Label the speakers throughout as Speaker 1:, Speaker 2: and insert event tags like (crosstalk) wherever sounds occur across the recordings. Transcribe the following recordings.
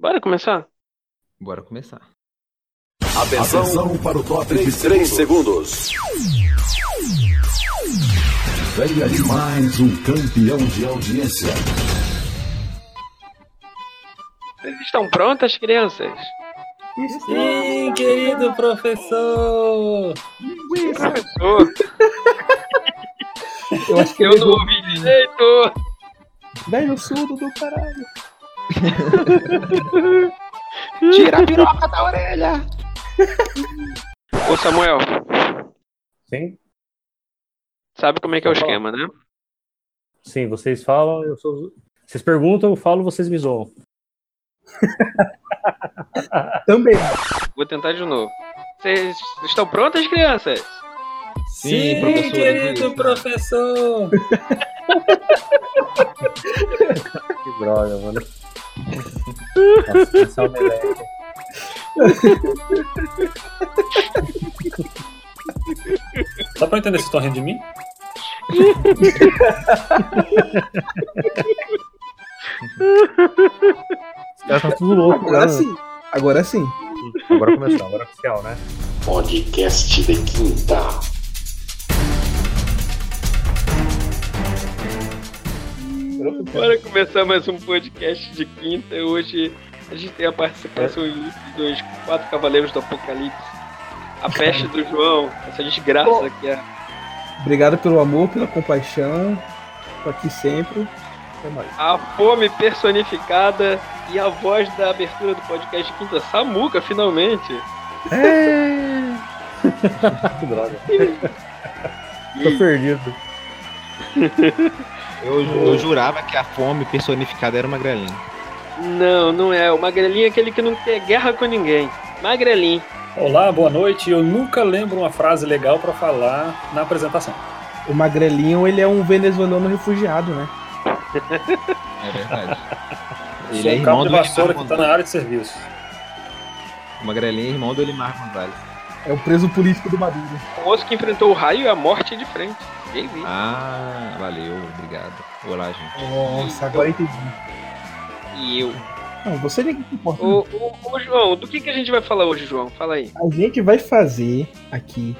Speaker 1: Bora começar?
Speaker 2: Bora começar.
Speaker 3: Atenção, para o top de 3 segundos. Vem aí mais um campeão de audiência.
Speaker 1: Vocês estão prontas, crianças?
Speaker 4: Sim, querido professor!
Speaker 1: Professor,
Speaker 4: Eu acho que
Speaker 1: eu não ouvi direito.
Speaker 4: Velho surdo do caralho!
Speaker 1: (laughs) Tira a piroca da orelha. Ô Samuel,
Speaker 5: Sim,
Speaker 1: sabe como é que é o
Speaker 5: Opa.
Speaker 1: esquema, né?
Speaker 5: sim, vocês falam, eu sou. Vocês perguntam, eu falo, vocês me zoam.
Speaker 4: Também!
Speaker 1: Vou tentar de novo. Vocês estão prontas, crianças?
Speaker 2: Sim,
Speaker 4: é
Speaker 2: professor,
Speaker 4: querido
Speaker 2: isso.
Speaker 4: professor!
Speaker 5: Que droga, mano. Nossa, esse é o melhor.
Speaker 4: Só pra entender se estão rindo de mim?
Speaker 5: Os caras estão tudo louco,
Speaker 6: Agora
Speaker 5: né?
Speaker 6: sim. Agora sim.
Speaker 5: Agora começou, agora é oficial, né?
Speaker 3: Podcast de quinta.
Speaker 1: Bora começar mais um podcast de quinta. Hoje a gente tem a
Speaker 6: É.
Speaker 1: participação ilustre dos quatro cavaleiros do Apocalipse. A peste do João, essa desgraça que é.
Speaker 6: Obrigado pelo amor, pela compaixão. Tô aqui sempre. É nóis.
Speaker 1: A fome personificada e a voz da abertura do podcast de quinta, Samuca, finalmente.
Speaker 5: Que droga. Tô perdido.
Speaker 2: Eu, ju- eu jurava que a fome personificada era uma grelhinha.
Speaker 1: Não, não é. O Magrelinho é aquele que não quer guerra com ninguém. Magrelinho.
Speaker 4: Olá, boa noite. Eu nunca lembro uma frase legal pra falar na apresentação.
Speaker 6: O Magrelinho, ele é um venezuelano refugiado, né?
Speaker 2: (laughs) É verdade. é
Speaker 4: Sou
Speaker 5: é
Speaker 4: um cabo de vassoura que tá na área de serviço.
Speaker 2: Uma grelhinha é irmão do Elimar Gonzalez.
Speaker 6: É o preso político do Maduro.
Speaker 1: O osso que enfrentou o raio e a morte de frente. Bem visto.
Speaker 2: Ah, valeu, obrigado. Olá, gente.
Speaker 6: Nossa, agora entendi.
Speaker 1: E eu.
Speaker 6: Não, você nem se importa.
Speaker 1: Ô, ô, ô, João, do que, que a gente vai falar hoje, João? Fala aí.
Speaker 6: A gente vai fazer aqui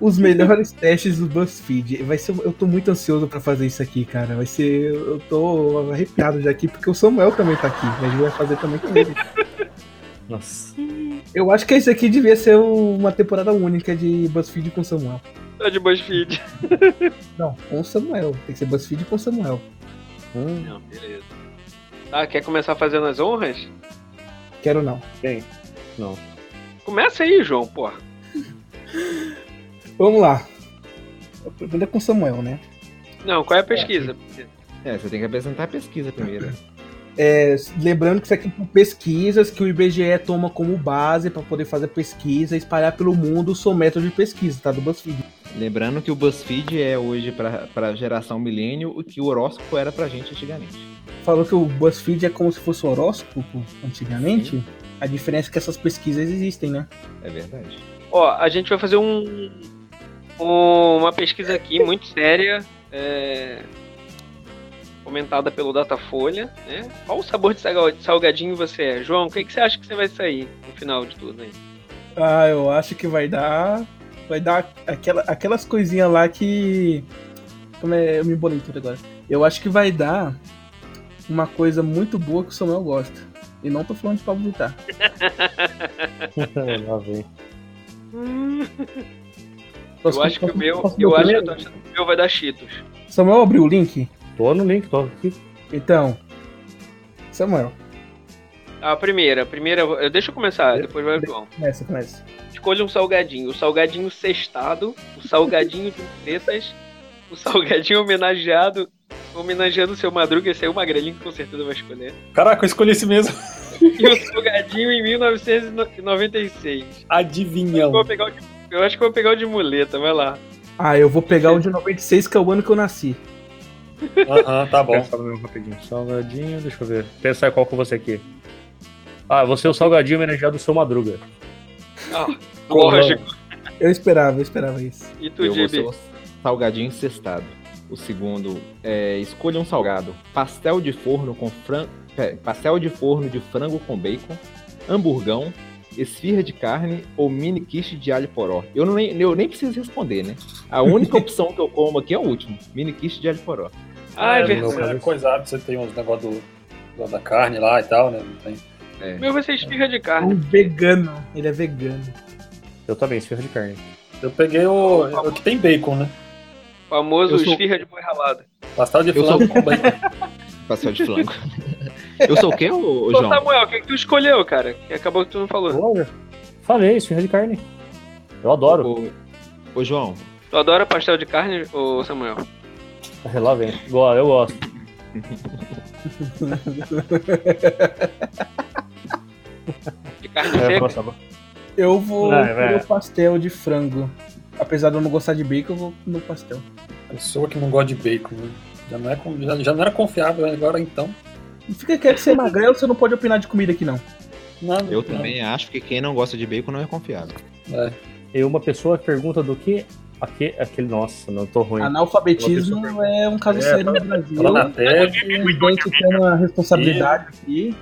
Speaker 6: os melhores (laughs) testes do BuzzFeed. Vai ser, um- eu tô muito ansioso pra fazer isso aqui, cara. Vai ser. Eu tô arrepiado já aqui, porque o Samuel também tá aqui. A gente vai fazer também com (laughs) ele.
Speaker 5: Nossa.
Speaker 6: Eu acho que esse aqui devia ser o- uma temporada única de BuzzFeed com o Samuel.
Speaker 1: Tá de BuzzFeed.
Speaker 6: Não, com o Samuel. Tem que ser BuzzFeed com o Samuel.
Speaker 5: Hum,
Speaker 1: Não, beleza. Tá, quer começar fazendo as honras?
Speaker 6: Quero não.
Speaker 1: Começa aí, João, porra.
Speaker 6: Vamos lá. A primeira é com o Samuel, né?
Speaker 1: Não, qual é a pesquisa?
Speaker 2: É, você tem que apresentar a pesquisa primeiro.
Speaker 6: É, lembrando que isso aqui são pesquisas que o IBGE toma como base para poder fazer pesquisa e espalhar pelo mundo o seu método de pesquisa, tá? Do BuzzFeed.
Speaker 2: (laughs) Lembrando que o BuzzFeed é hoje pra, pra geração milênio o que o horóscopo era pra gente antigamente.
Speaker 6: Falou que o BuzzFeed é como se fosse um horóscopo antigamente. A diferença é que essas pesquisas existem, né?
Speaker 2: É verdade.
Speaker 1: Ó, a gente vai fazer um, um- uma pesquisa aqui muito séria, é, comentada pelo Datafolha, né? Qual o sabor de salga- salgadinho você é? João, o que, que você acha que você vai sair no final de tudo aí?
Speaker 6: Ah, eu acho que vai dar. Vai dar aquela, aquelas coisinhas lá que. Como é? Eu me embolei tudo agora. Eu acho que vai dar uma coisa muito boa que o Samuel gosta. E não tô falando de Pablo Vittar.
Speaker 5: (laughs) lá vem.
Speaker 1: eu acho que o meu, eu acho que eu tô achando que o meu vai dar Cheetos.
Speaker 6: Samuel abriu o link?
Speaker 5: Tô no link, tô aqui.
Speaker 6: Então. Samuel,
Speaker 1: A primeira, a primeira, eu- deixa eu começar, depois vai o João.
Speaker 6: começa, começa.
Speaker 1: Escolha um salgadinho, o salgadinho cestado, o salgadinho de pretas, o salgadinho homenageado, homenageando o seu Madruga, esse aí o Magrelinho que com certeza vai escolher.
Speaker 4: Caraca, eu escolhi esse mesmo. (laughs)
Speaker 1: e o salgadinho em 1996. Eu,
Speaker 4: Adivinhão.
Speaker 1: vou pegar o de- eu acho que eu vou pegar o de muleta, vai lá.
Speaker 6: Ah, eu vou pegar o de 96, que é o ano que eu nasci.
Speaker 4: Aham, tá bom.
Speaker 5: Pensar no meu um rapidinho. Salgadinho, deixa eu ver. Pensar qual com você aqui. Ah, você é o salgadinho homenageado do seu Madruga. Colão.
Speaker 1: Lógico.
Speaker 6: Eu esperava, eu esperava isso.
Speaker 1: E tu,
Speaker 2: Eu
Speaker 1: Gibi?
Speaker 2: vou ser o salgadinho um cestado. O segundo é escolha um salgado. Pastel de forno com, fran- pera, pastel de forno de frango com bacon, hamburgão, esfirra de carne ou mini quiche de alho poró. Eu, não, nem- eu nem preciso responder, né? A única opção que eu como aqui é o último, mini quiche de alho poró.
Speaker 1: Ah, é
Speaker 5: eu não
Speaker 1: verdade.
Speaker 5: meu
Speaker 4: Você é
Speaker 5: Deus.
Speaker 4: coisado, você tem uns negócios do, do- da carne lá e tal, né? Não tem.
Speaker 2: É.
Speaker 1: Meu vai ser esfirra de carne.
Speaker 6: Um vegano. Ele é vegano.
Speaker 5: Eu também, esfirra de carne.
Speaker 4: Eu peguei o, o que tem bacon, né?
Speaker 1: Famoso
Speaker 2: Eu sou-
Speaker 1: esfirra de boi ralado.
Speaker 4: Pastel de
Speaker 2: Eu sou
Speaker 4: flango com bacon.
Speaker 5: (laughs)
Speaker 2: Pastel de frango. (laughs) eu sou o quê, ô, ô,
Speaker 1: Ô,
Speaker 2: João?
Speaker 1: Samuel, o que, que tu escolheu, cara? Que acabou que tu não falou.
Speaker 5: Olha, Falei, esfirra de carne. Eu adoro.
Speaker 2: Ô, ô, João,
Speaker 1: Tu adora pastel de carne, ô Samuel?
Speaker 5: É, Lá vem. Agora, eu gosto.
Speaker 1: De carne
Speaker 5: É,
Speaker 1: seca?
Speaker 5: próxima.
Speaker 6: Eu vou
Speaker 5: Vai, vai.
Speaker 6: no pastel de frango. Apesar de eu não gostar de bacon, eu vou no pastel.
Speaker 4: Pessoa que não gosta de bacon, né? Já não, é, con- já, já não era confiável, né? agora então.
Speaker 6: Não fica quieto que você é magrelo, você não pode opinar de comida aqui, não.
Speaker 4: Nada,
Speaker 2: eu
Speaker 4: nada.
Speaker 2: também acho que quem não gosta de bacon não é confiável.
Speaker 4: É.
Speaker 5: E uma pessoa pergunta do que. Aquele, aquele nossa, não tô
Speaker 6: Ah,
Speaker 5: ruim.
Speaker 6: Analfabetismo
Speaker 5: Outra
Speaker 6: é um caso
Speaker 4: É,
Speaker 6: sério no Brasil.
Speaker 4: Tá lá na terra.
Speaker 6: A gente tem uma responsabilidade aqui.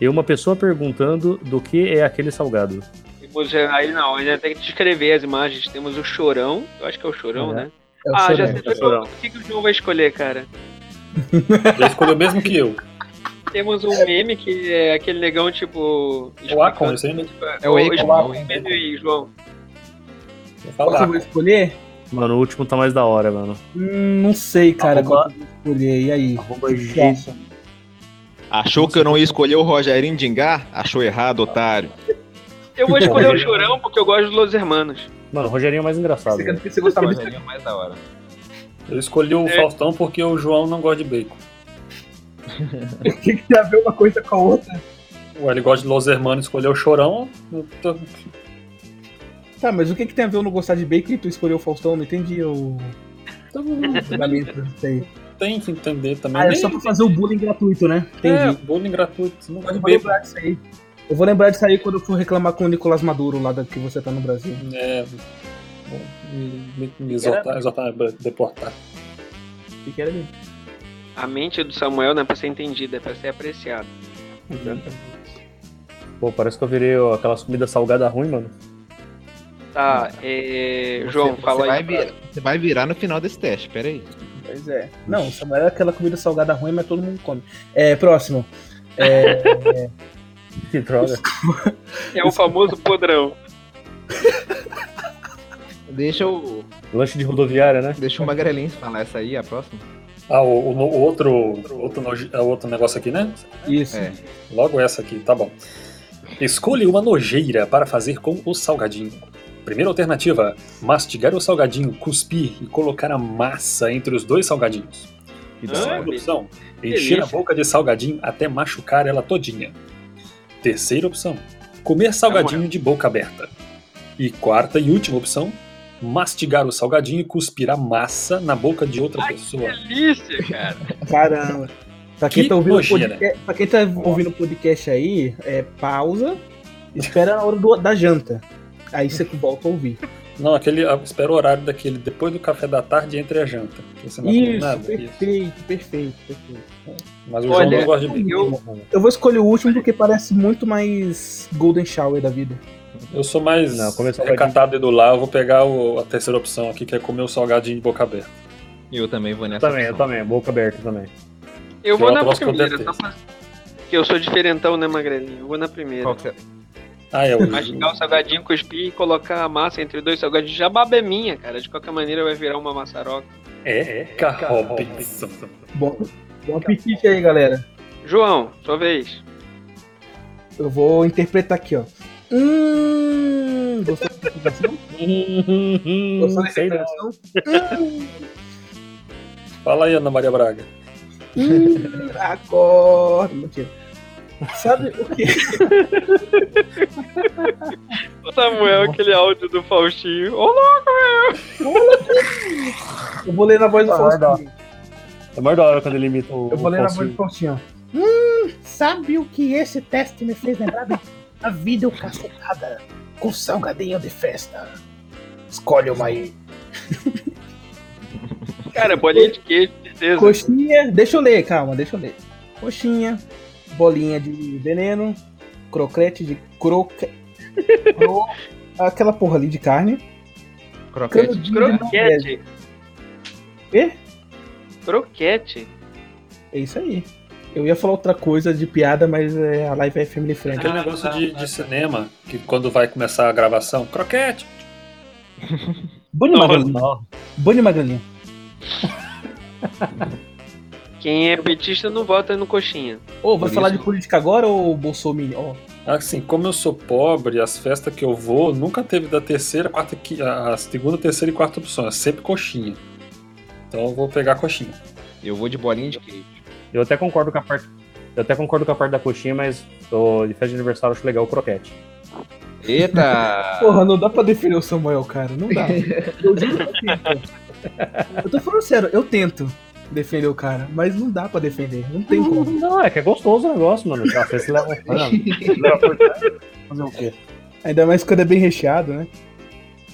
Speaker 5: E uma pessoa perguntando do que é aquele salgado.
Speaker 1: Temos- é, Aí não, ainda tem que descrever as imagens. Temos o chorão, eu acho que é o chorão,
Speaker 5: É.
Speaker 1: né?
Speaker 6: É o
Speaker 1: ah,
Speaker 6: seu
Speaker 1: já
Speaker 6: nome.
Speaker 1: sei
Speaker 5: é o chorão.
Speaker 1: o que, que o João vai escolher, cara.
Speaker 4: Ele escolheu o mesmo que eu.
Speaker 1: Temos um meme que é aquele negão, tipo.
Speaker 4: O Acon, isso aí não
Speaker 2: É o Akon, é o
Speaker 1: Acon.
Speaker 2: Akon.
Speaker 1: um João.
Speaker 4: não
Speaker 6: Qual
Speaker 4: fala.
Speaker 6: que eu vou escolher?
Speaker 5: Mano, o último tá mais da hora, mano.
Speaker 6: Hum, não sei, cara, qual que eu vou escolher. E aí?
Speaker 5: Arroba
Speaker 6: O que é? que você
Speaker 5: G.
Speaker 6: acha?
Speaker 2: Achou que eu não ia escolher o Rogerinho Dingá? Achou errado, otário.
Speaker 1: Eu vou escolher o chorão porque eu gosto dos Los Hermanos.
Speaker 5: Mano, o Rogerinho é mais engraçado.
Speaker 6: Você
Speaker 5: velho.
Speaker 6: quer que você gostava de
Speaker 2: Rogerinho é mais da hora.
Speaker 4: Eu escolhi o
Speaker 1: É.
Speaker 4: Faustão porque o João não gosta de bacon.
Speaker 6: O que que tem a ver uma coisa com a outra?
Speaker 4: Ué, ele gosta de Los Hermanos, escolheu o Chorão. eu tô-
Speaker 6: Tá, mas o que, que tem a ver eu não gostar de bacon e tu escolheu o Faustão? Não entendi
Speaker 1: (laughs)
Speaker 6: o
Speaker 4: Todo mundo
Speaker 6: fundamento. Não sei.
Speaker 4: tem que entender também.
Speaker 6: Ah, é
Speaker 4: Nem-
Speaker 6: só pra fazer o bullying gratuito, né? Entendi.
Speaker 4: É, bullying gratuito. Você não gosta
Speaker 6: Eu
Speaker 4: de
Speaker 6: vou
Speaker 4: bacon.
Speaker 6: lembrar disso aí. Eu vou lembrar disso aí quando eu for reclamar com o Nicolás Maduro lá da, que você tá no Brasil.
Speaker 4: É. bom, Me, me, me exortar, exortar, me deportar.
Speaker 6: Que que era mesmo?
Speaker 1: A mente do Samuel não é pra ser entendida, é pra ser apreciada.
Speaker 5: Pô, parece que eu virei ó, aquelas comidas salgadas ruim, mano. (laughs)
Speaker 1: Tá, é, João,
Speaker 2: Hum. você,
Speaker 1: fala
Speaker 2: você vai
Speaker 1: aí. pra-
Speaker 2: virar, você vai virar no final desse teste, peraí.
Speaker 6: Pois é. Não, Samuel é aquela comida salgada ruim, mas todo mundo come. É, próximo. (laughs) É,
Speaker 5: Que droga.
Speaker 1: É o famoso podrão.
Speaker 2: Deixa o,
Speaker 5: Lanche de rodoviária, né?
Speaker 2: deixa o Magrelinho falar essa aí, a próxima.
Speaker 4: Ah, o, o- o outro, outro, noji- é o outro negócio aqui, né?
Speaker 6: isso.
Speaker 2: É.
Speaker 4: Logo essa aqui, tá bom. Escolha uma nojeira para fazer com o salgadinho. Primeira alternativa: mastigar o salgadinho, cuspir e colocar a massa entre os dois salgadinhos. E
Speaker 1: Ah,
Speaker 4: segunda
Speaker 1: beleza.
Speaker 4: opção: encher
Speaker 1: Delícia.
Speaker 4: a boca de salgadinho até machucar ela todinha. Terceira opção: comer salgadinho de boca aberta. E quarta e última opção: mastigar o salgadinho e cuspir a massa na boca de outra pessoa.
Speaker 1: Delícia, cara.
Speaker 6: Caramba. Pra quem,
Speaker 4: Que
Speaker 6: tá ouvindo o
Speaker 4: nojeira.
Speaker 6: podcast, pra quem tá ouvindo o podcast aí, é, pausa, espera a hora do- da janta. Aí você volta a ouvir.
Speaker 4: Não, aquele. ah, Espera o horário daquele depois do café da tarde entre a janta. porque Você não come
Speaker 6: Tá Isso,
Speaker 4: nada.
Speaker 6: perfeito, perfeito, perfeito.
Speaker 4: Mas o
Speaker 1: Olha,
Speaker 4: João não gosta de bico.
Speaker 1: eu-
Speaker 4: Eu,
Speaker 6: Eu vou escolher o último porque parece muito mais Golden Shower da vida.
Speaker 4: sou mais
Speaker 5: Não, começou
Speaker 4: recatado e do lá, eu vou pegar o- a terceira opção aqui, que é comer o salgadinho de boca aberta.
Speaker 2: Eu também vou
Speaker 5: Eu
Speaker 2: nessa
Speaker 5: também, eu
Speaker 2: opção.
Speaker 5: também. Boca aberta também.
Speaker 1: Eu vou
Speaker 4: Eu
Speaker 1: na
Speaker 4: gosto com
Speaker 1: primeira,
Speaker 4: certeza.
Speaker 1: só pra... Porque eu sou diferentão, né, Magrelinho? Eu vou na primeira.
Speaker 2: Qual que você-
Speaker 4: Ah, é o.
Speaker 1: Mastigar o salgadinho, cuspir e colocar a massa entre os dois salgadinhos. Já baba é minha, cara. De qualquer maneira vai virar uma maçaroca.
Speaker 4: É, é Robinson.
Speaker 6: Bom, bom apetite aí, galera.
Speaker 1: João, sua vez.
Speaker 6: Eu vou interpretar aqui, ó. Hum, gostou dessa interpretação? Gostou dessa
Speaker 5: Sei Hum, não.
Speaker 6: interpretação?
Speaker 4: Fala aí, Ana Maria Braga.
Speaker 6: Hum, acorda, mentira. Sabe o que?
Speaker 1: Samuel, aquele áudio do Faustinho. Olá!
Speaker 6: Eu vou ler na voz do
Speaker 5: Ah, vai dar.
Speaker 6: Faustinho.
Speaker 5: É mais da hora quando ele imita o.
Speaker 6: Eu vou
Speaker 5: o
Speaker 6: ler na voz
Speaker 5: Faustinho.
Speaker 6: do Faustinho, ó. Hum, sabe o que esse teste me fez lembrar? A vida é uma cacetada com salgadinho de festa. Escolhe uma aí.
Speaker 1: Cara, bolinha de queijo, certeza.
Speaker 2: é.
Speaker 6: Coxinha, deixa eu ler, calma, deixa eu ler. coxinha, bolinha de veneno, croquete de croque... cro... (laughs) aquela porra ali de carne,
Speaker 2: Croquete.
Speaker 6: canudinho de
Speaker 1: Croquete.
Speaker 6: maionese. Ê?
Speaker 1: Croquete.
Speaker 6: É isso aí. Eu ia falar outra coisa de piada, mas é, a live é family friendly.
Speaker 2: Ah,
Speaker 4: Aquele negócio de,
Speaker 6: ah,
Speaker 4: de cinema, que quando vai começar a gravação, croquete.
Speaker 6: Bane Magalinha. Bane Magalinha.
Speaker 1: Quem é petista não vota no coxinha.
Speaker 6: Ô, vai
Speaker 2: Por
Speaker 6: falar
Speaker 2: isso.
Speaker 6: de política agora ou Bolsonaro? Ó,
Speaker 4: Assim, como eu sou pobre, as festas que eu vou nunca teve da terceira, quarta, qui- a a segunda, terceira e quarta opção. É sempre coxinha. Então eu vou pegar coxinha.
Speaker 2: Eu vou de bolinha de queijo.
Speaker 5: Eu até concordo com a parte. Eu até concordo com a parte da coxinha, mas tô, de festa de aniversário eu acho legal o croquete.
Speaker 2: Eita!
Speaker 5: (laughs)
Speaker 6: Porra, não dá pra defender o Samuel, cara. Não dá. Eu juro que
Speaker 2: (laughs)
Speaker 6: eu tento. Eu tô falando sério, eu tento defender o cara, mas não dá pra defender. Não tem como.
Speaker 5: Não, é que é gostoso o negócio, mano. A festa leva. (laughs) Ah, leva por trás, Fazer o quê?
Speaker 6: Ainda mais quando é bem recheado, né?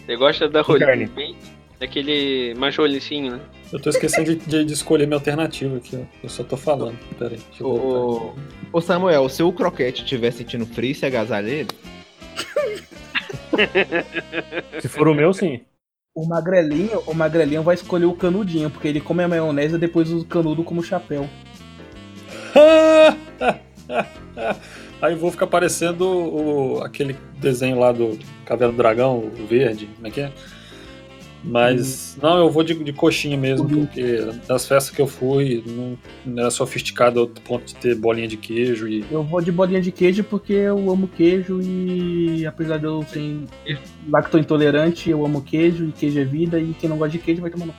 Speaker 1: Você gosta da
Speaker 5: carne.
Speaker 1: rolinha bem? Daquele mais rolicinho, né?
Speaker 4: Eu tô esquecendo de, de- de escolher minha alternativa aqui, ó. Eu só tô falando. Pera aí, deixa eu voltar.
Speaker 2: Ô, ô Samuel, se o croquete estiver sentindo frio, você agasalha ele?
Speaker 5: Se for o meu, sim.
Speaker 6: O magrelinho, o magrelinho vai escolher o canudinho, porque ele come a maionese e depois usa o canudo como chapéu.
Speaker 4: (laughs) Aí eu vou ficar parecendo o- aquele desenho lá do Caverna do Dragão, o verde, como é que é? Mas, não, eu vou de, de coxinha mesmo, porque das festas que eu fui, não, não era sofisticado ao ponto de ter bolinha de queijo e.
Speaker 6: Eu vou de bolinha de queijo porque eu amo queijo e apesar de eu ser lacto intolerante, eu amo queijo e queijo é vida e quem não gosta de queijo vai tomar no cu.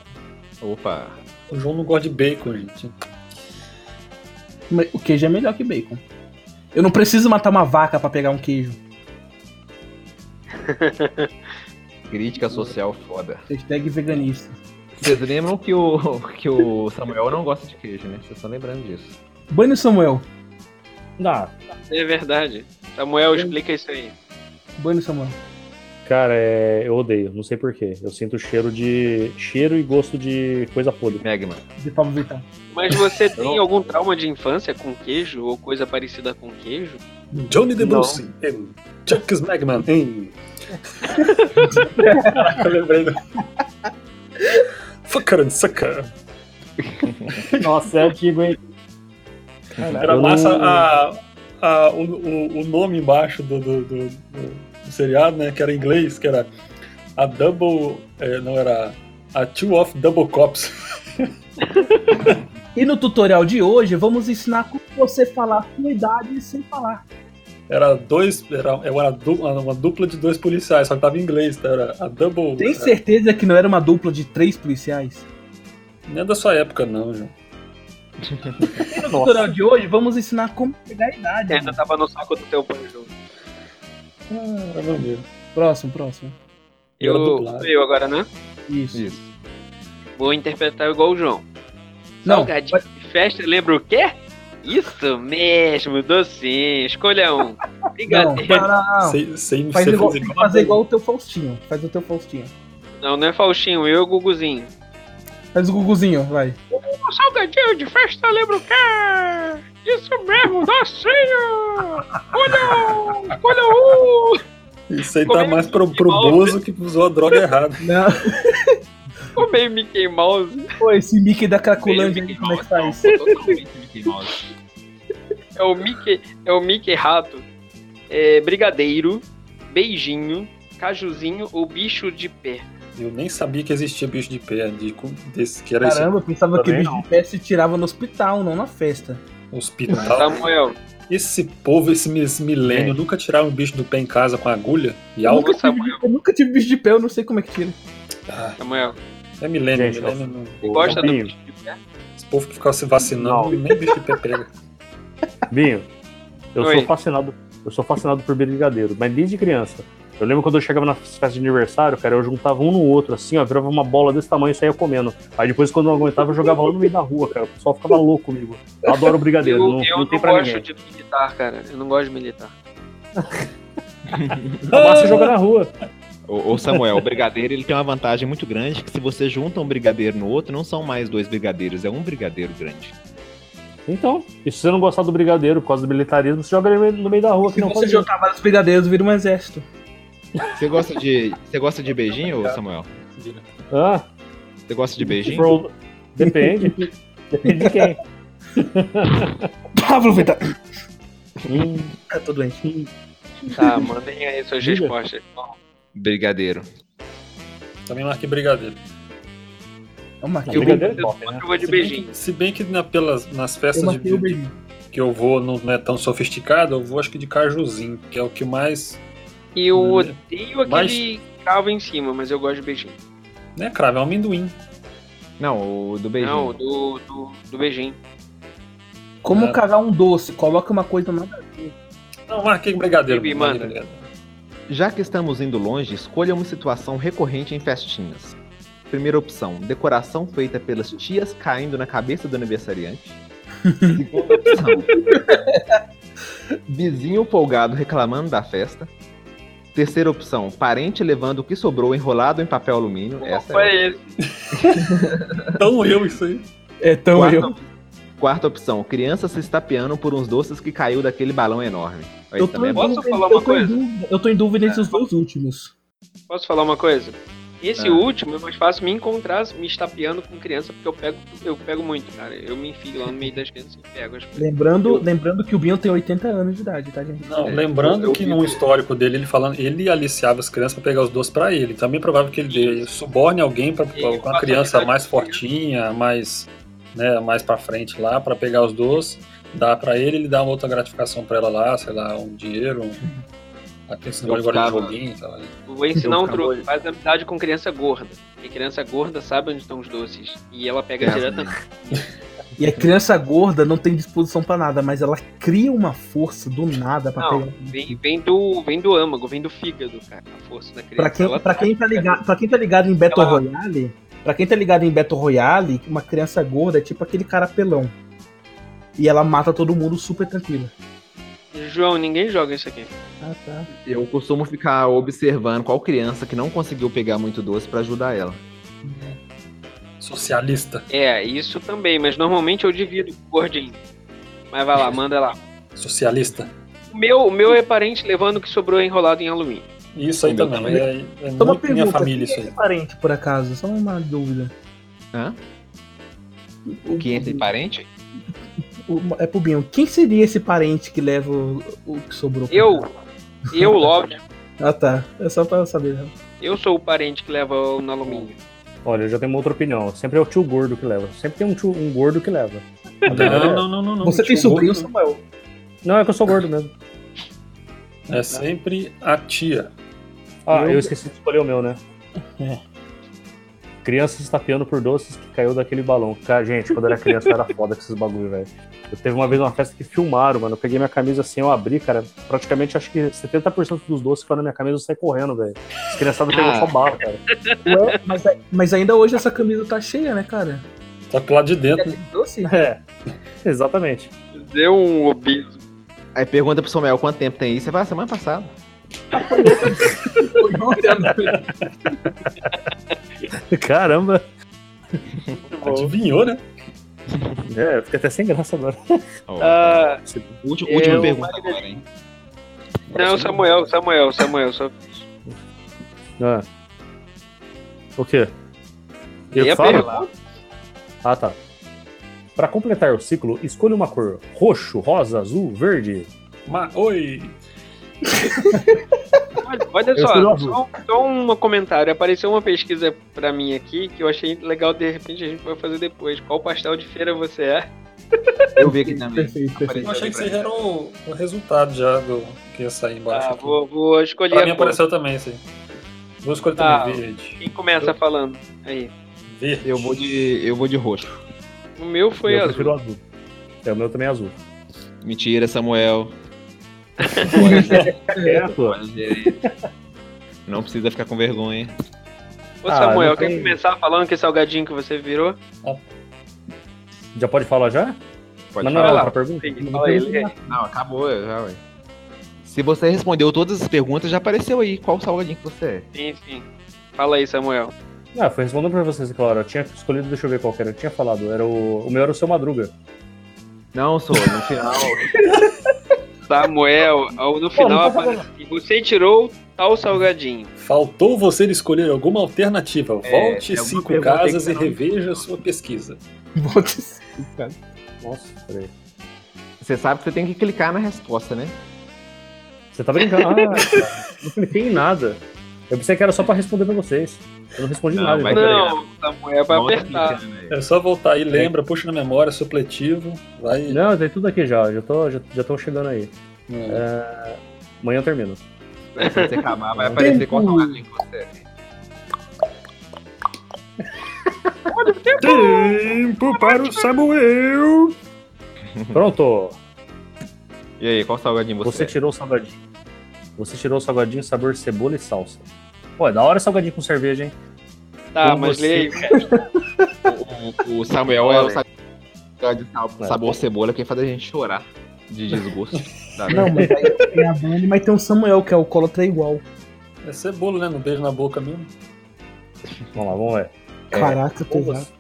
Speaker 2: Opa!
Speaker 4: O João não gosta de bacon, gente.
Speaker 6: Mas O queijo é melhor que bacon. Eu não preciso matar uma vaca pra pegar um queijo.
Speaker 2: Crítica social foda.
Speaker 6: Hashtag veganista.
Speaker 2: Vocês lembram que o, que o Samuel não gosta de queijo, né? Vocês estão lembrando disso.
Speaker 6: Bane o Samuel.
Speaker 5: Dá.
Speaker 1: É verdade. Samuel, explica isso aí.
Speaker 6: Bane o Samuel.
Speaker 5: Cara, é, eu odeio, não sei porquê. Eu sinto cheiro de. cheiro e gosto de coisa podre.
Speaker 2: Megman.
Speaker 6: De Pablo Vittar.
Speaker 1: Mas você tem
Speaker 2: não-
Speaker 1: algum trauma de infância com queijo ou coisa parecida com queijo?
Speaker 4: Johnny DeBruce em Chuck Smegman em. Caraca, eu lembrei do. Fucker and sucker.
Speaker 5: Nossa, é antigo, hein?
Speaker 4: Era massa a, a- o, o, o nome embaixo do, do, do- do- do seriado, né? Que era em inglês, que era a Double. eh, não, era a Two of Double Cops.
Speaker 6: E no tutorial de hoje, vamos ensinar como você falar a sua idade sem falar.
Speaker 4: Era dois. Era, era uma, dupla, uma dupla de dois policiais, só que tava em inglês, tá? Era a Double.
Speaker 6: Tem
Speaker 4: era,
Speaker 6: certeza que não era uma dupla de três policiais?
Speaker 4: não é da sua época, não, João.
Speaker 6: E no tutorial de hoje, vamos ensinar como pegar a idade.
Speaker 1: Ainda tava no saco do teu banjo.
Speaker 4: Ah, era maneiro.
Speaker 6: Hum. Próximo, próximo.
Speaker 4: Eu era
Speaker 1: Eu,
Speaker 4: dublado.
Speaker 1: sou eu agora, né?
Speaker 6: Isso.
Speaker 2: Isso.
Speaker 1: Vou interpretar igual o João.
Speaker 6: Não,
Speaker 1: Salgadinho de festa, lembra o quê? Isso mesmo, docinho. Escolha um.
Speaker 6: (laughs) não,
Speaker 1: Brigadeiro.
Speaker 6: não, não.
Speaker 4: Sem, sem
Speaker 6: Faz
Speaker 4: sem
Speaker 6: igual,
Speaker 4: fazer
Speaker 6: tem que fazer igual o teu Faustinho. Faz o teu Faustinho.
Speaker 1: Não, não é Faustinho, eu e o Guguzinho.
Speaker 6: Faz o Guguzinho, vai.
Speaker 1: Salgadinho de festa, lembra o quê? Isso mesmo, docinho. Olha, olha um. (laughs)
Speaker 4: Isso aí tá
Speaker 1: Comer
Speaker 4: mais pro, pro
Speaker 1: futebol,
Speaker 4: Bozo que usou a droga errada.
Speaker 6: Não. (laughs)
Speaker 1: Comei Mickey Mouse.
Speaker 6: Pô, esse Mickey da Cracolândia aí,
Speaker 1: Mickey
Speaker 6: como é que
Speaker 1: Mouse,
Speaker 6: faz?
Speaker 2: Totalmente Mickey Mouse.
Speaker 1: É o Mickey, é o Mickey Rato. É, brigadeiro, beijinho, cajuzinho ou bicho de pé.
Speaker 4: Eu nem sabia que existia bicho de pé, de, desse, que era esse
Speaker 6: Caramba, eu pensava que
Speaker 5: Também
Speaker 6: bicho de pé se tirava no hospital, não na festa.
Speaker 4: hospital.
Speaker 1: Samuel,
Speaker 4: Esse povo, esse, mi- esse
Speaker 1: É.
Speaker 4: milênio, nunca tiraram um bicho do pé em casa com agulha e
Speaker 6: Eu
Speaker 4: algo.
Speaker 6: nunca,
Speaker 1: Algo,
Speaker 6: tive, eu nunca tive bicho de pé, eu não sei como é que tira.
Speaker 4: Ah,
Speaker 1: Samuel.
Speaker 4: é milênio,
Speaker 5: Gente,
Speaker 4: milênio não.
Speaker 1: Você gosta do
Speaker 5: Binho,
Speaker 1: bicho de pé?
Speaker 4: Esse povo que ficava se vacinando, nem bicho de pé pega.
Speaker 5: Binho, eu
Speaker 1: Oi.
Speaker 5: sou fascinado. Eu sou fascinado por brigadeiro, mas desde criança. Eu lembro quando eu chegava na festa de aniversário, cara, eu juntava um no outro, assim, ó, virava uma bola desse tamanho e saía comendo. Aí depois, quando eu não aguentava, eu jogava lá no meio da rua, cara. O pessoal ficava louco comigo. Eu adoro
Speaker 1: Eu,
Speaker 5: brigadeiro,
Speaker 1: eu
Speaker 5: não,
Speaker 1: não,
Speaker 5: não tem pra
Speaker 1: gosto
Speaker 5: ninguém.
Speaker 1: de militar, cara. Eu não gosto de militar.
Speaker 5: Basta jogar na rua.
Speaker 2: Ô, ô, Samuel, o brigadeiro ele tem uma vantagem muito grande que se você junta um brigadeiro no outro, não são mais dois brigadeiros, é um brigadeiro grande.
Speaker 5: Então, e se você não gostar do brigadeiro por causa do militarismo, você joga ele no meio da rua, que
Speaker 6: Se
Speaker 5: não
Speaker 6: você
Speaker 5: pode.
Speaker 6: jogar vários brigadeiros, vira um exército.
Speaker 2: Você gosta de, você gosta de beijinho, Samuel?
Speaker 5: Ah,
Speaker 2: Você gosta de beijinho?
Speaker 5: pro- Depende. (laughs) Depende de quem.
Speaker 6: Pablo Vittar.
Speaker 5: Hum,
Speaker 6: Eu Ah, tô doente.
Speaker 5: (laughs)
Speaker 1: Tá, mandem aí suas
Speaker 5: Diga.
Speaker 1: respostas. Bom,
Speaker 2: Brigadeiro.
Speaker 4: Também marquei brigadeiro.
Speaker 6: Eu marquei
Speaker 5: não,
Speaker 6: o beijinho.
Speaker 5: brigadeiro é top, né?
Speaker 1: eu vou de
Speaker 4: Se bem que-
Speaker 1: beijinho.
Speaker 4: Se bem que na- pelas, nas
Speaker 6: Eu
Speaker 4: festas é de,
Speaker 6: marquei o
Speaker 4: de,
Speaker 6: beijinho.
Speaker 4: que eu vou não é tão sofisticado, eu vou acho que de cajuzinho, que é o que mais.
Speaker 1: E eu
Speaker 4: Hum.
Speaker 1: odeio
Speaker 4: Mas-
Speaker 1: aquele cravo em cima, mas eu gosto de beijinho.
Speaker 4: Né, cravo? É um amendoim.
Speaker 2: Não, o do beijinho.
Speaker 1: Não, do, do, do beijinho.
Speaker 6: Como
Speaker 4: É.
Speaker 6: cagar um doce? Coloca uma coisa na.
Speaker 4: Não, marquei brigadeiro.
Speaker 1: Bibi,
Speaker 4: marquei
Speaker 1: manda.
Speaker 4: brigadeiro.
Speaker 2: Já que estamos indo longe, escolha uma situação recorrente em festinhas. Primeira opção, decoração feita pelas tias caindo na cabeça do
Speaker 6: (laughs)
Speaker 2: aniversariante. Segunda opção, vizinho folgado reclamando da festa. Terceira opção, parente levando o que sobrou enrolado em papel alumínio. Essa é
Speaker 1: Foi
Speaker 2: ótima.
Speaker 1: esse.
Speaker 4: Então eu isso aí.
Speaker 6: É tão
Speaker 2: Quarta,
Speaker 6: eu.
Speaker 2: quarta opção, criança se estapeando por uns doces que caiu daquele balão enorme. Aí
Speaker 6: Eu tô,
Speaker 2: também
Speaker 6: em
Speaker 2: é bom.
Speaker 1: Posso
Speaker 6: dúvida,
Speaker 1: falar
Speaker 6: eu
Speaker 1: uma
Speaker 6: tô em
Speaker 1: coisa?
Speaker 6: dúvida- eu tô em dúvida entre os dois últimos.
Speaker 1: Posso falar uma coisa? Esse
Speaker 2: Ah.
Speaker 1: último é mais fácil me encontrar me estapeando com criança, porque eu pego, eu pego muito, cara. Eu me enfio lá no meio das crianças e pego as coisas.
Speaker 6: Lembrando, lembrando que o Binho tem 80 anos de idade, tá, gente?
Speaker 4: Não,
Speaker 2: É,
Speaker 4: lembrando
Speaker 2: eu- eu
Speaker 4: que
Speaker 2: vi
Speaker 4: num
Speaker 2: que-
Speaker 4: histórico dele, ele falando, ele aliciava as crianças pra pegar os doces pra ele. Também é provável que ele dê, suborne alguém para
Speaker 1: Ele
Speaker 4: uma
Speaker 1: passa
Speaker 4: criança
Speaker 1: habilidade
Speaker 4: mais
Speaker 1: pra
Speaker 4: fortinha, mais, né, mais para frente lá pra pegar os doces, dá pra ele, ele dá uma outra gratificação pra ela lá, sei lá, um dinheiro,
Speaker 2: (laughs)
Speaker 4: um... aquele
Speaker 2: Eu
Speaker 4: negócio agora de
Speaker 2: ficava-
Speaker 4: joguinho, sei lá.
Speaker 1: Vou ensinar
Speaker 4: Eu
Speaker 1: um
Speaker 4: ficava
Speaker 1: truque.
Speaker 4: olhando.
Speaker 1: Faz amizade com criança gorda. Porque criança gorda sabe onde estão os doces. E ela pega
Speaker 2: É,
Speaker 1: diretamente.
Speaker 6: E a criança gorda não tem disposição pra nada, mas ela cria uma força do nada pra
Speaker 1: Não,
Speaker 6: pegar.
Speaker 1: vem, vem do, vem do âmago, vem do fígado, cara. A força da criança.
Speaker 6: Pra quem,
Speaker 1: Ela
Speaker 6: pra,
Speaker 1: sabe. né?
Speaker 6: quem tá ligado, pra quem tá ligado em Battle
Speaker 1: Ela-
Speaker 6: Royale, pra quem tá ligado em Battle Royale, uma criança gorda é tipo aquele cara pelão. E ela mata todo mundo super tranquila.
Speaker 1: João, ninguém joga isso aqui.
Speaker 6: Ah, tá.
Speaker 2: Eu costumo ficar observando qual criança que não conseguiu pegar muito doce pra ajudar ela.
Speaker 4: Socialista.
Speaker 1: É, isso também, mas normalmente eu divido com o gordinho. Mas vai lá, manda lá.
Speaker 4: Socialista.
Speaker 1: O meu, o meu é parente levando o que sobrou enrolado em alumínio.
Speaker 4: Isso aí
Speaker 2: Meu
Speaker 4: também.
Speaker 2: também.
Speaker 4: É, é
Speaker 6: Só uma
Speaker 4: muito minha
Speaker 6: pergunta,
Speaker 4: família
Speaker 6: quem
Speaker 4: isso
Speaker 6: é esse
Speaker 4: aí.
Speaker 6: parente, por acaso? Só uma dúvida.
Speaker 2: Hã? O que entra em parente?
Speaker 6: O- é pro Binho. Quem seria esse parente que leva o, o que sobrou?
Speaker 1: Eu, eu, lógico,
Speaker 6: Ah, tá. É só pra eu saber. né?
Speaker 1: eu sou o parente que leva o no alumínio.
Speaker 5: Olha, eu já tenho uma outra opinião. Sempre é o tio gordo que leva. Sempre tem um, tio, um gordo que leva. A verdade é
Speaker 4: Não,
Speaker 5: essa.
Speaker 4: não, não, não, né? não.
Speaker 6: Você tem
Speaker 4: Tio
Speaker 6: sobrinho,
Speaker 4: gordo
Speaker 6: Samuel?
Speaker 5: Não, é que eu sou gordo mesmo.
Speaker 4: É sempre a tia.
Speaker 5: Ah,
Speaker 6: Eu-
Speaker 5: eu esqueci de escolher o meu, né? Criança se estapeando por doces que caiu daquele balão. Cara, gente, quando eu era criança eu era foda com esses bagulho, velho. Eu teve uma vez uma festa que filmaram, mano. Eu peguei minha camisa assim, eu abri, cara. Praticamente acho que 70% dos doces que foram na minha camisa eu saí correndo, velho. As criançadas pegam
Speaker 2: Ah.
Speaker 5: só barro, cara.
Speaker 6: Ué, mas, é, mas ainda hoje essa camisa tá cheia, né, cara?
Speaker 4: Só que lá de dentro.
Speaker 6: É (laughs) doce?
Speaker 5: (laughs) É. Exatamente.
Speaker 1: Deu um obeso.
Speaker 2: Aí pergunta pro Samuel quanto tempo tem isso. Você fala, semana passada.
Speaker 5: Caramba.
Speaker 4: Adivinhou, né?
Speaker 5: É, eu fiquei até sem graça agora.
Speaker 1: Ah,
Speaker 2: última,
Speaker 1: eu-
Speaker 2: última pergunta agora, hein?
Speaker 1: não, Samuel, Samuel, Samuel. Só...
Speaker 5: Ah. O quê?
Speaker 1: Eu ia
Speaker 5: que falo?
Speaker 1: perguntar.
Speaker 5: Ah, tá. Pra completar o ciclo, escolha uma cor: roxo, rosa, azul, verde.
Speaker 4: Ma Oi!
Speaker 1: Olha, olha
Speaker 5: Eu escolhi o
Speaker 1: só,
Speaker 5: azul.
Speaker 1: só, só um comentário. Apareceu uma pesquisa pra mim aqui que eu achei legal, de repente a gente vai fazer depois. Qual pastel de feira você é?
Speaker 2: Eu vi aqui também.
Speaker 6: Perfeito, perfeito.
Speaker 4: Eu achei que você já era o, o resultado já do que ia sair embaixo.
Speaker 1: Ah,
Speaker 4: aqui.
Speaker 1: vou, vou escolher
Speaker 4: Pra mim
Speaker 1: a cor.
Speaker 4: apareceu também esse aí. Vou escolher
Speaker 1: Tá.
Speaker 4: também verde.
Speaker 1: Quem começa falando? Aí.
Speaker 4: Verde.
Speaker 2: Eu vou de, eu vou de roxo.
Speaker 1: O meu foi
Speaker 5: eu
Speaker 1: azul.
Speaker 5: prefiro azul. É, o meu também é azul.
Speaker 2: Mentira, Samuel.
Speaker 5: É, pô.
Speaker 2: Não precisa ficar com vergonha.
Speaker 1: Ô
Speaker 5: Ah,
Speaker 1: Samuel,
Speaker 5: não
Speaker 1: quer
Speaker 5: tem-
Speaker 1: começar falando que salgadinho que você virou?
Speaker 5: Já pode falar já?
Speaker 2: Pode
Speaker 5: Mas não
Speaker 2: falar.
Speaker 5: era
Speaker 1: falar.
Speaker 5: outra pergunta?
Speaker 1: Sim, fala aí, lê aí.
Speaker 2: Não, acabou já, ué. Se você respondeu todas as perguntas, já apareceu aí qual salgadinho que você é.
Speaker 1: Sim, sim. Fala aí, Samuel.
Speaker 5: Ah, foi respondendo pra vocês, claro. Eu tinha escolhido, deixa eu ver qual que era. Eu tinha falado. Era o, o meu era o seu Madruga.
Speaker 2: Não, sou, no final. (laughs)
Speaker 1: Samuel, ao- no final aparece assim, você tirou tal salgadinho.
Speaker 4: Faltou você escolher alguma alternativa.
Speaker 2: É,
Speaker 4: Volte
Speaker 2: eu vou- eu
Speaker 4: cinco
Speaker 2: vou
Speaker 4: casas e
Speaker 2: ter que-
Speaker 4: reveja sua pesquisa.
Speaker 6: Volta assim, cara.
Speaker 5: Nossa, peraí.
Speaker 2: Você sabe que você tem que clicar na resposta, né?
Speaker 5: Você tá brincando?
Speaker 1: (laughs)
Speaker 5: Ah, cara, não cliquei em nada. Eu pensei que era só pra responder pra vocês. Eu não respondi
Speaker 2: Não,
Speaker 5: nada.
Speaker 2: mas-
Speaker 1: Não,
Speaker 5: então.
Speaker 1: Samuel vai
Speaker 2: Volta
Speaker 1: apertar.
Speaker 2: clicando, velho.
Speaker 4: É só voltar aí, lembra, puxa na memória, supletivo, vai.
Speaker 5: Não, tem tudo aqui já. Já tô, já, já tô chegando aí.
Speaker 4: É.
Speaker 5: Amanhã eu termino.
Speaker 2: Quando né? você acabar, vai aparecer qual salgadinho que você é.
Speaker 4: Tempo para o Samuel!
Speaker 5: Pronto!
Speaker 2: E aí, qual salgadinho
Speaker 5: Você
Speaker 2: você, é?
Speaker 5: tirou o salgadinho. Você tirou o salgadinho sabor cebola e salsa. Pô, é da hora salgadinho com cerveja, hein?
Speaker 1: Tá,
Speaker 5: Como
Speaker 1: mas
Speaker 5: você-
Speaker 1: lê aí.
Speaker 2: O, o- o Samuel é o
Speaker 1: Olha.
Speaker 2: salgadinho sal- sabor cebola que faz a gente chorar de (laughs) desgosto. sabe?
Speaker 6: Não, mas aí tem a Bonnie, mas tem o Samuel, que é o Colatra igual.
Speaker 4: É cebola, né? Não beijo na boca mesmo.
Speaker 5: Vamos lá, vamos ver.
Speaker 6: Caraca,
Speaker 5: Com
Speaker 6: pesado.
Speaker 5: você,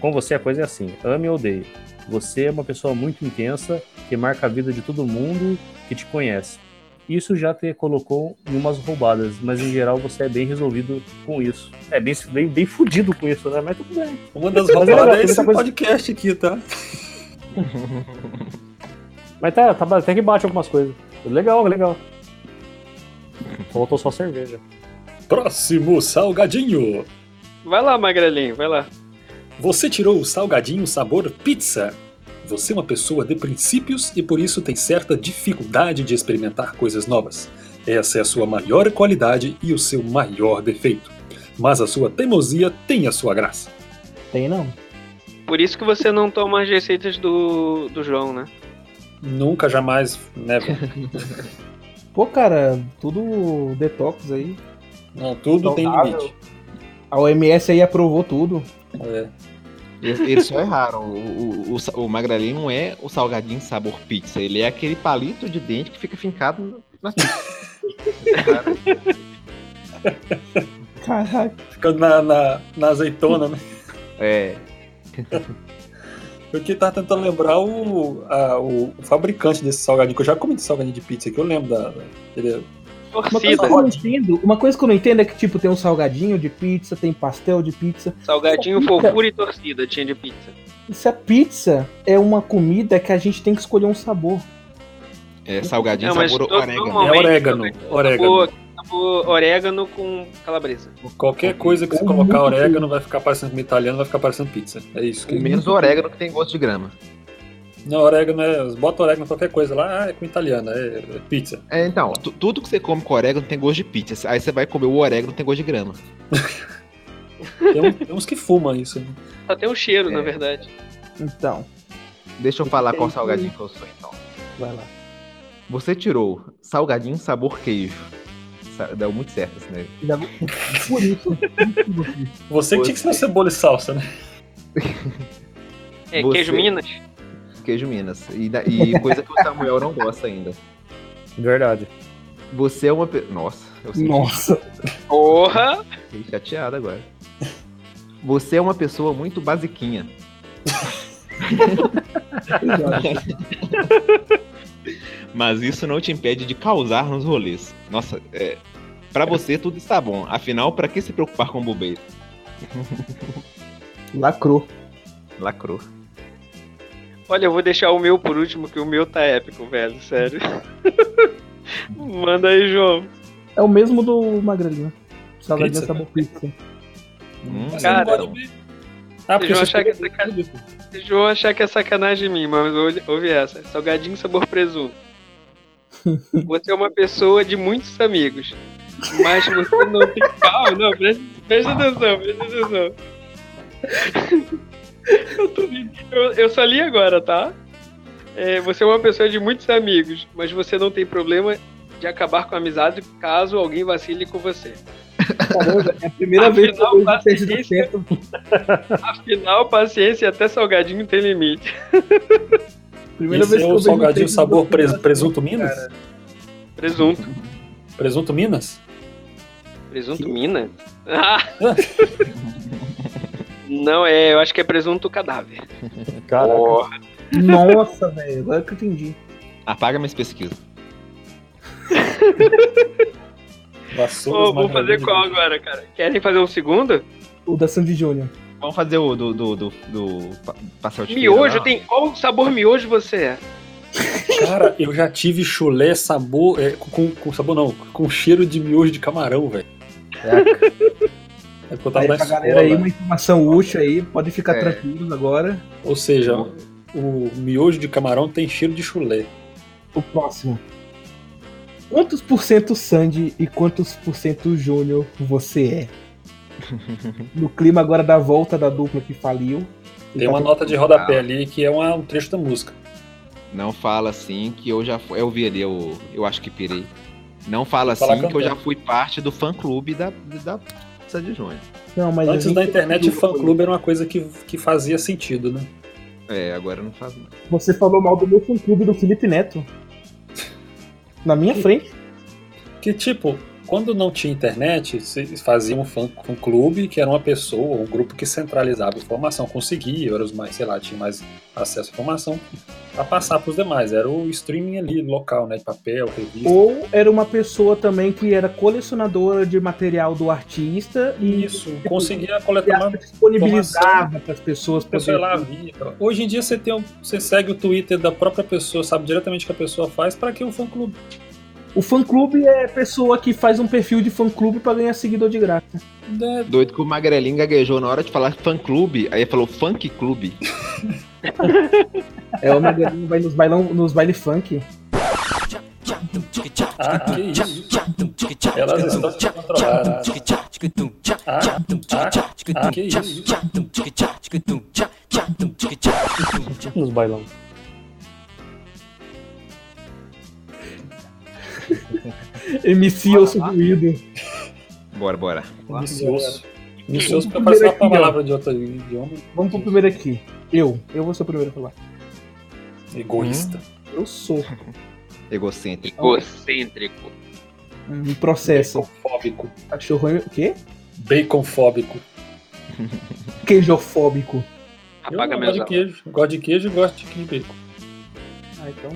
Speaker 5: com você a coisa é assim: ame ou odeie. Você é uma pessoa muito intensa que marca a vida de todo mundo que te conhece. Isso já te colocou em umas roubadas, mas em geral você é bem resolvido com isso. É bem, bem, bem fudido com isso, né? Mas tudo bem.
Speaker 4: Uma das
Speaker 5: Mas é legal,
Speaker 4: roubadas é
Speaker 5: tem
Speaker 4: esse
Speaker 5: muita coisa-
Speaker 4: podcast aqui, tá?
Speaker 5: Mas tá, tá até que bate algumas coisas. Legal, legal. (laughs) Faltou só cerveja.
Speaker 4: Próximo salgadinho!
Speaker 1: Vai lá, Magrelinho, vai lá.
Speaker 4: Você tirou o salgadinho sabor pizza. Você é uma pessoa de princípios e por isso tem certa dificuldade de experimentar coisas novas. Essa é a sua maior qualidade e o seu maior defeito. Mas a sua teimosia tem a sua graça.
Speaker 6: Tem não.
Speaker 1: Por isso que você não toma as receitas do, do João, né?
Speaker 4: Nunca, jamais, né? never.
Speaker 6: Pô, cara, tudo detox aí.
Speaker 4: Não, tudo tem
Speaker 6: Saudável.
Speaker 4: limite.
Speaker 6: A OMS aí aprovou tudo.
Speaker 4: É.
Speaker 2: Eles, eles só erraram. O, o, o, sa- o magrelinho não é o salgadinho sabor pizza. Ele é aquele palito de dente que fica fincado na pizza. Cara,
Speaker 6: Caraca.
Speaker 4: Ficando na, na, na azeitona, né?
Speaker 2: é.
Speaker 4: Eu que tava tentando lembrar o, a- o fabricante desse salgadinho, que eu já comi de salgadinho de pizza aqui, eu lembro da. da- ele- é
Speaker 6: Uma coisa, que
Speaker 1: Torcida,
Speaker 6: eu não entendo, uma coisa que eu não entendo é que, tipo, tem um salgadinho de pizza, tem pastel de pizza.
Speaker 1: salgadinho,
Speaker 6: Torcida.
Speaker 1: fofura e torcida tinha de pizza.
Speaker 6: E se a pizza é uma comida que a gente tem que escolher um sabor.
Speaker 2: É salgadinho
Speaker 1: Não, mas
Speaker 2: sabor
Speaker 1: todo-
Speaker 2: orégano.
Speaker 1: normal.
Speaker 4: É
Speaker 1: Realmente,
Speaker 4: orégano. Orégano.
Speaker 1: Sabor, sabor orégano com calabresa.
Speaker 4: Qualquer coisa que você
Speaker 6: É
Speaker 4: colocar
Speaker 6: muito
Speaker 4: orégano vai ficar parecendo comida italiana, vai ficar parecendo pizza. É isso. Que...
Speaker 2: Menos orégano que tem gosto de grama.
Speaker 4: Não, orégano é. Bota orégano em qualquer coisa lá, ah, é com italiana, é, é pizza.
Speaker 2: É, então, tu- tudo que você come com orégano tem gosto de pizza. Aí você vai comer o orégano tem gosto de grama.
Speaker 4: Tem, um- tem uns que fumam isso. né?
Speaker 1: Só tem um cheiro,
Speaker 2: É.
Speaker 1: na verdade.
Speaker 6: Então,
Speaker 2: Deixa eu falar qual salgadinho que eu sou, então.
Speaker 6: vai lá.
Speaker 2: Você tirou salgadinho sabor queijo. Sa- Deu muito certo esse negócio.
Speaker 6: Já vou- (laughs) Por isso.
Speaker 4: Você que tinha que ser cebola e salsa, né?
Speaker 1: É,
Speaker 2: Você-
Speaker 1: queijo Minas?
Speaker 2: Queijo Minas. E, da- e coisa que o Samuel não gosta ainda.
Speaker 5: De verdade.
Speaker 2: Você é uma pessoa. Nossa, eu senti
Speaker 6: Nossa.
Speaker 1: Porra!
Speaker 2: Fiquei chateado agora. Você é uma pessoa muito basiquinha. Mas isso não te impede de causar nos rolês. Nossa, é. Pra você tudo está bom. Afinal, pra que se preocupar com bobeira?
Speaker 6: Lacrou.
Speaker 2: Lacrou.
Speaker 1: Olha, eu vou deixar o meu por último, que o meu tá épico, velho, sério. (laughs) Manda aí, João.
Speaker 6: É o mesmo do magrelinho. Salgadinho
Speaker 4: Pizza,
Speaker 6: sabor pizza.
Speaker 2: Hum,
Speaker 4: Mas
Speaker 1: Cara,
Speaker 4: você não gosta de- Ah, porque
Speaker 1: Vocês vão
Speaker 4: você
Speaker 1: achar que é
Speaker 4: escolheu
Speaker 1: sacanagem.
Speaker 4: tudo.
Speaker 1: Vocês vão achar que é sacanagem de mim, mas ouve- ouve essa. Salgadinho sabor presunto. Você é uma pessoa de muitos amigos. Mas você não tem. Calma, não, presta, presta atenção, presta atenção. Eu, tô li- eu- eu só li agora, tá? É, você é uma pessoa de muitos amigos, mas você não tem problema de acabar com a amizade caso alguém vacile com você.
Speaker 6: Caramba, é a primeira vez que eu
Speaker 1: Afinal,
Speaker 6: vejo peixe do
Speaker 1: paciência.
Speaker 6: certo.
Speaker 1: Afinal, paciência e até salgadinho tem limite.
Speaker 6: Primeira
Speaker 4: Esse
Speaker 6: vez
Speaker 4: é
Speaker 6: que
Speaker 4: o
Speaker 6: eu assim, vejo
Speaker 4: salgadinho
Speaker 6: peixe do
Speaker 4: sabor
Speaker 6: certo.
Speaker 4: pres- presunto Minas?
Speaker 1: Presunto.
Speaker 4: Presunto Minas?
Speaker 1: Presunto mina? Ah! (laughs) Não é, eu acho que é presunto cadáver.
Speaker 5: Caraca.
Speaker 1: Porra.
Speaker 6: Nossa, velho, agora que eu entendi.
Speaker 2: Apaga minhas pesquisas.
Speaker 4: Vassouras,
Speaker 1: Ô, vou fazer
Speaker 4: margarina,
Speaker 1: qual agora, cara? Querem fazer um segundo?
Speaker 6: O da Sandy Júnior.
Speaker 2: Vamos fazer o do, do, do, do pa- pastel de feira
Speaker 1: Miojo
Speaker 2: lá.
Speaker 1: tem. Qual sabor miojo você é?
Speaker 4: Cara, eu já tive chulé sabor. é, com, com sabor não, com cheiro de miojo de camarão, velho. É porque eu tava
Speaker 6: Aí,
Speaker 4: na
Speaker 6: pra
Speaker 4: escola.
Speaker 6: galera aí, uma informação útil aí, podem ficar
Speaker 2: É.
Speaker 6: tranquilos agora.
Speaker 4: Ou seja, o miojo de camarão tem cheiro de chulé.
Speaker 6: O próximo. Quantos por cento Sandy e quantos por cento Júnior
Speaker 4: (laughs)
Speaker 6: você é? no clima agora da volta da dupla que faliu.
Speaker 4: Tem uma nota de rodapé ali que é uma- um trecho da música.
Speaker 2: Não fala assim que eu já fui. Eu vi ali, eu, eu acho que pirei. Não fala assim
Speaker 4: Fala
Speaker 2: que eu já
Speaker 4: cantando.
Speaker 2: fui parte do fã clube da, da Pizza de Junho.
Speaker 6: Não, mas a
Speaker 4: Antes
Speaker 6: gente-
Speaker 4: da internet, fã-clube era uma coisa que, que fazia sentido, né?
Speaker 2: É, agora não faz mais.
Speaker 6: Você falou mal do meu fã clube do Felipe Neto. Na minha frente.
Speaker 4: Que tipo, quando não tinha internet, se fazia um fã um clube que era uma pessoa, um grupo que centralizava informação, conseguia, era os mais, sei lá, tinha mais acesso à informação pra passar pros demais. Era o streaming ali local, né, de papel, revista.
Speaker 6: Ou era uma pessoa também que era colecionadora de material do artista e
Speaker 4: Isso, conseguia
Speaker 6: e
Speaker 4: coletar
Speaker 6: ela
Speaker 4: uma
Speaker 6: disponibilizava para as pessoas
Speaker 4: A pessoa
Speaker 6: poderem.
Speaker 4: ir lá via. Hoje em dia você tem um- você segue o Twitter da própria pessoa, sabe diretamente o que a pessoa faz, pra que um fã clube?
Speaker 6: O fã clube é pessoa que faz um perfil de fã clube para ganhar seguidor de graça.
Speaker 4: né?
Speaker 2: Doido que o Magrelinho gaguejou na hora de falar fã clube, aí ele falou funk clube.
Speaker 6: É, o Magrinho vai nos, bailão, nos baile funk.
Speaker 4: Ah, que isso. Elas estão te controlando. Ah, ah, ah, que isso.
Speaker 5: Nos bailão.
Speaker 6: MC ouço ruído.
Speaker 2: Bora, bora.
Speaker 4: Ah, Vicioso. Vicioso pra parecer uma palavra de outro idioma.
Speaker 6: Vamos pro primeiro aqui. Eu. Eu vou ser o primeiro a falar.
Speaker 4: Egoísta.
Speaker 6: Eu sou.
Speaker 2: Egocêntrico.
Speaker 1: Egocêntrico.
Speaker 6: Me processa.
Speaker 4: Baconfóbico.
Speaker 6: um Cachorro é- o quê?
Speaker 4: Baconfóbico.
Speaker 6: Queijofóbico.
Speaker 4: Eu
Speaker 1: Apaga
Speaker 4: não gosto de
Speaker 1: mesmo.
Speaker 4: queijo. Gosto de queijo e gosto de queijo. e bacon.
Speaker 6: Ah, então.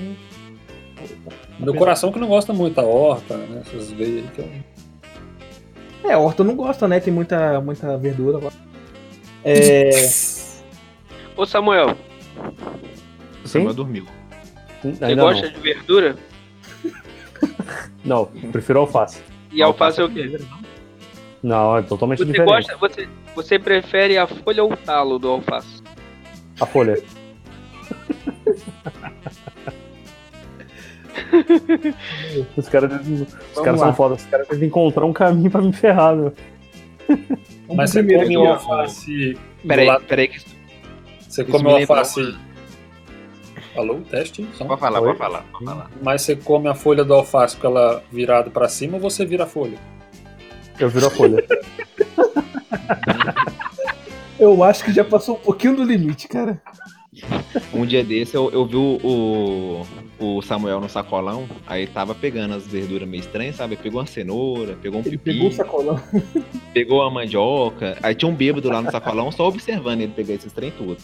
Speaker 4: Meu coração que não gosta muito, a horta, né? Essas veias aí. que eu-
Speaker 6: É, horta não gosta, né? Tem muita, muita verdura lá. É.
Speaker 1: Ô Samuel,
Speaker 5: Sim?
Speaker 2: Samba dormiu.
Speaker 1: você
Speaker 5: Ainda
Speaker 1: gosta de verdura?
Speaker 5: não. Não, prefiro alface.
Speaker 1: E alface é o quê?
Speaker 5: Não, é totalmente
Speaker 1: Você
Speaker 5: diferente.
Speaker 1: gosta. Você, você prefere a folha ou o talo do alface?
Speaker 5: A folha. (laughs) os caras os caras
Speaker 6: lá.
Speaker 5: são foda, os caras têm que encontrar um caminho pra me ferrar, meu.
Speaker 6: vamos
Speaker 4: Mas
Speaker 6: pro
Speaker 4: você
Speaker 6: primeiro
Speaker 4: come
Speaker 6: aqui,
Speaker 4: o
Speaker 6: ó.
Speaker 4: alface.
Speaker 2: Peraí,
Speaker 4: do lado-
Speaker 2: peraí que
Speaker 4: Você
Speaker 2: Isso
Speaker 4: come
Speaker 2: me
Speaker 4: o
Speaker 2: lembra
Speaker 4: alface. Alô, teste? Som?
Speaker 2: pode falar,
Speaker 5: Oi?
Speaker 2: pode falar, pode falar.
Speaker 4: Mas você come a folha do alface com ela virada pra cima ou você vira a folha?
Speaker 5: Eu viro a folha.
Speaker 6: (laughs) Eu acho que já passou um pouquinho do limite, cara.
Speaker 2: Um dia desse eu, eu vi o, o, o Samuel no sacolão, aí tava pegando as verduras meio estranhas, sabe? Pegou uma cenoura, pegou um
Speaker 6: Ele
Speaker 2: pipi,
Speaker 6: pegou o sacolão.
Speaker 2: pegou a mandioca. Aí tinha um bêbado lá no sacolão só observando ele pegar esses trem tudo.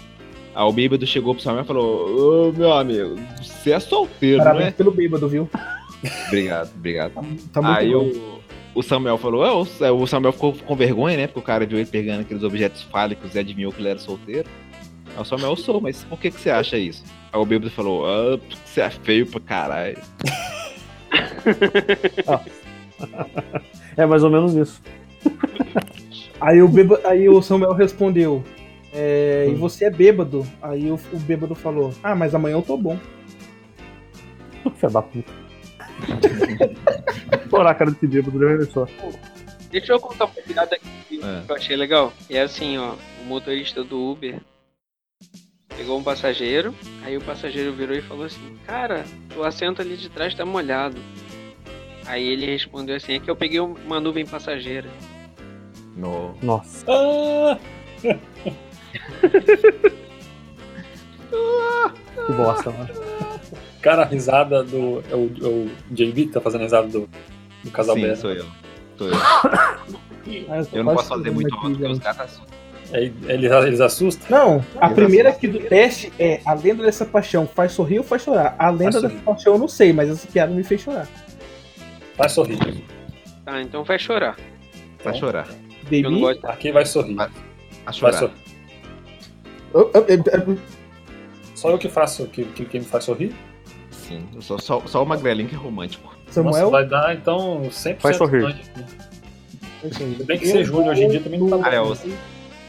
Speaker 2: Aí o bêbado chegou pro Samuel e falou: Ô meu amigo, você é Ah, solteiro,
Speaker 6: Parabéns
Speaker 2: né?
Speaker 6: pelo bêbado, viu?
Speaker 2: Obrigado, obrigado.
Speaker 6: Tá muito
Speaker 2: aí
Speaker 6: bom.
Speaker 2: o, o Samuel falou, "É, o, o Samuel ficou com vergonha, né? Porque o cara viu ele pegando aqueles objetos fálicos e adivinhou que ele era solteiro. Aí o Samuel, eu sou, mas por que, que você acha isso? Aí o bêbado falou, ah, porque você é feio pra caralho.
Speaker 5: É mais ou menos isso. (laughs)
Speaker 6: Aí o, bêba- aí o Samuel respondeu: é, E você é bêbado? Aí o, o bêbado falou: Ah, mas amanhã eu tô bom.
Speaker 5: Filha da (laughs) puta. Estourar a cara desse bêbado, né, só.
Speaker 1: Deixa eu contar uma piada aqui que
Speaker 2: É.
Speaker 1: eu achei legal. É assim, ó, o motorista do Uber pegou um passageiro, aí o passageiro virou e falou assim, cara, o assento ali de trás tá molhado. Aí ele respondeu assim, é que eu peguei uma nuvem passageira.
Speaker 2: No.
Speaker 5: Nossa.
Speaker 4: Ah,
Speaker 5: Que bosta, mano.
Speaker 4: cara, a risada do. É o, é o JB que tá fazendo a risada do, do casal né?
Speaker 2: Sim,
Speaker 4: Bessa.
Speaker 2: sou eu. Sou eu.
Speaker 6: Ah, tô
Speaker 2: Eu não posso fazer
Speaker 6: quase chorando
Speaker 2: muito
Speaker 6: aqui,
Speaker 2: alto porque
Speaker 6: velho.
Speaker 2: os gatos assustam.
Speaker 4: Aí eles, eles assustam.
Speaker 6: Não, a
Speaker 2: Exato.
Speaker 6: primeira aqui do teste é a lenda dessa paixão faz sorrir ou faz chorar? A lenda
Speaker 4: Faz
Speaker 6: dessa
Speaker 4: sorrir.
Speaker 6: paixão eu não sei, mas essa piada me fez chorar.
Speaker 4: Vai sorrir.
Speaker 1: Tá, então vai chorar.
Speaker 2: Vai chorar.
Speaker 1: Eu não
Speaker 2: Uhum.
Speaker 6: Bebi.
Speaker 1: gosto.
Speaker 4: Aqui vai sorrir.
Speaker 2: Vai A
Speaker 4: Vai
Speaker 2: chorar.
Speaker 4: sorrir.
Speaker 6: Oh, oh, eh, eh,
Speaker 4: Só eu que faço, que, que, que me faz sorrir.
Speaker 2: Sim. Só, só, só o Magrelinho que é romântico.
Speaker 4: Nossa,
Speaker 6: Samuel.
Speaker 4: vai dar então 100%
Speaker 5: Faz sorrir.
Speaker 4: noite.
Speaker 6: Ainda
Speaker 4: bem que ser Júnior hoje em dia também não tá bom.
Speaker 2: Ah, é, o,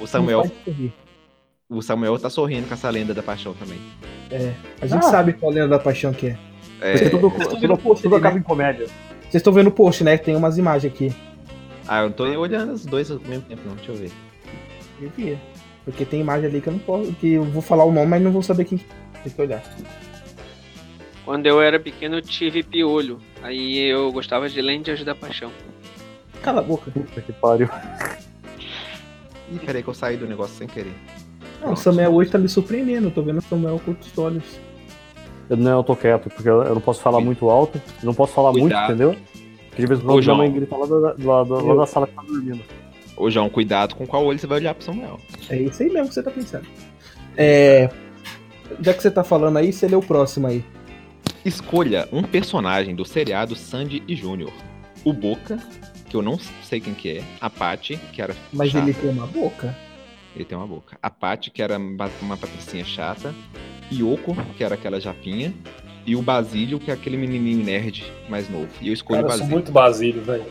Speaker 2: o Samuel, o Samuel tá sorrindo com essa lenda da paixão também.
Speaker 6: A gente
Speaker 5: Ah.
Speaker 6: sabe qual lenda da paixão que é.
Speaker 5: Porque
Speaker 2: É,
Speaker 5: tudo,
Speaker 6: vocês tão
Speaker 5: tudo-
Speaker 6: vendo o post
Speaker 5: tudo
Speaker 6: ali,
Speaker 5: acaba em comédia.
Speaker 6: Vocês estão vendo o post, né? Tem umas imagens aqui.
Speaker 2: ah, eu não tô nem olhando os dois ao mesmo tempo, não. Deixa eu ver.
Speaker 6: Devia. Porque tem imagem ali que eu não posso. Que eu vou falar o nome, mas não vou saber quem. Tem que olhar.
Speaker 1: Quando eu era pequeno, eu tive piolho. Aí eu gostava de lendas da paixão.
Speaker 6: Cala a boca.
Speaker 5: Puta que pariu.
Speaker 2: Ih, peraí que eu saí do negócio sem querer.
Speaker 6: Não, o Samuel hoje tá me surpreendendo. Eu tô vendo o Samuel com outros olhos.
Speaker 5: Eu, não, eu tô quieto, porque eu, eu não posso falar muito alto. Não posso falar
Speaker 2: Cuidado.
Speaker 5: muito, entendeu? Porque de vez em
Speaker 2: Ô,
Speaker 5: quando minha
Speaker 2: João.
Speaker 5: mãe grita lá da, lá da- lá da sala que tá dormindo.
Speaker 2: Ô, João, cuidado com qual olho você vai olhar pro Samuel.
Speaker 6: É isso aí mesmo que você tá pensando. É. Já que você tá falando aí, você lê o próximo aí.
Speaker 2: Escolha um personagem do seriado Sandy e Júnior. O Boca, que eu não sei quem que é. A Patty, que era
Speaker 6: Mas
Speaker 2: chata.
Speaker 6: ele tem uma boca?
Speaker 2: Ele tem uma boca. A Patty, que era ba- uma patricinha chata. Yoko, que era aquela japinha. E o Basílio, que é aquele menininho nerd mais novo. E eu escolhi o
Speaker 4: Cara, eu sou
Speaker 2: Basílio.
Speaker 4: muito basílio, velho.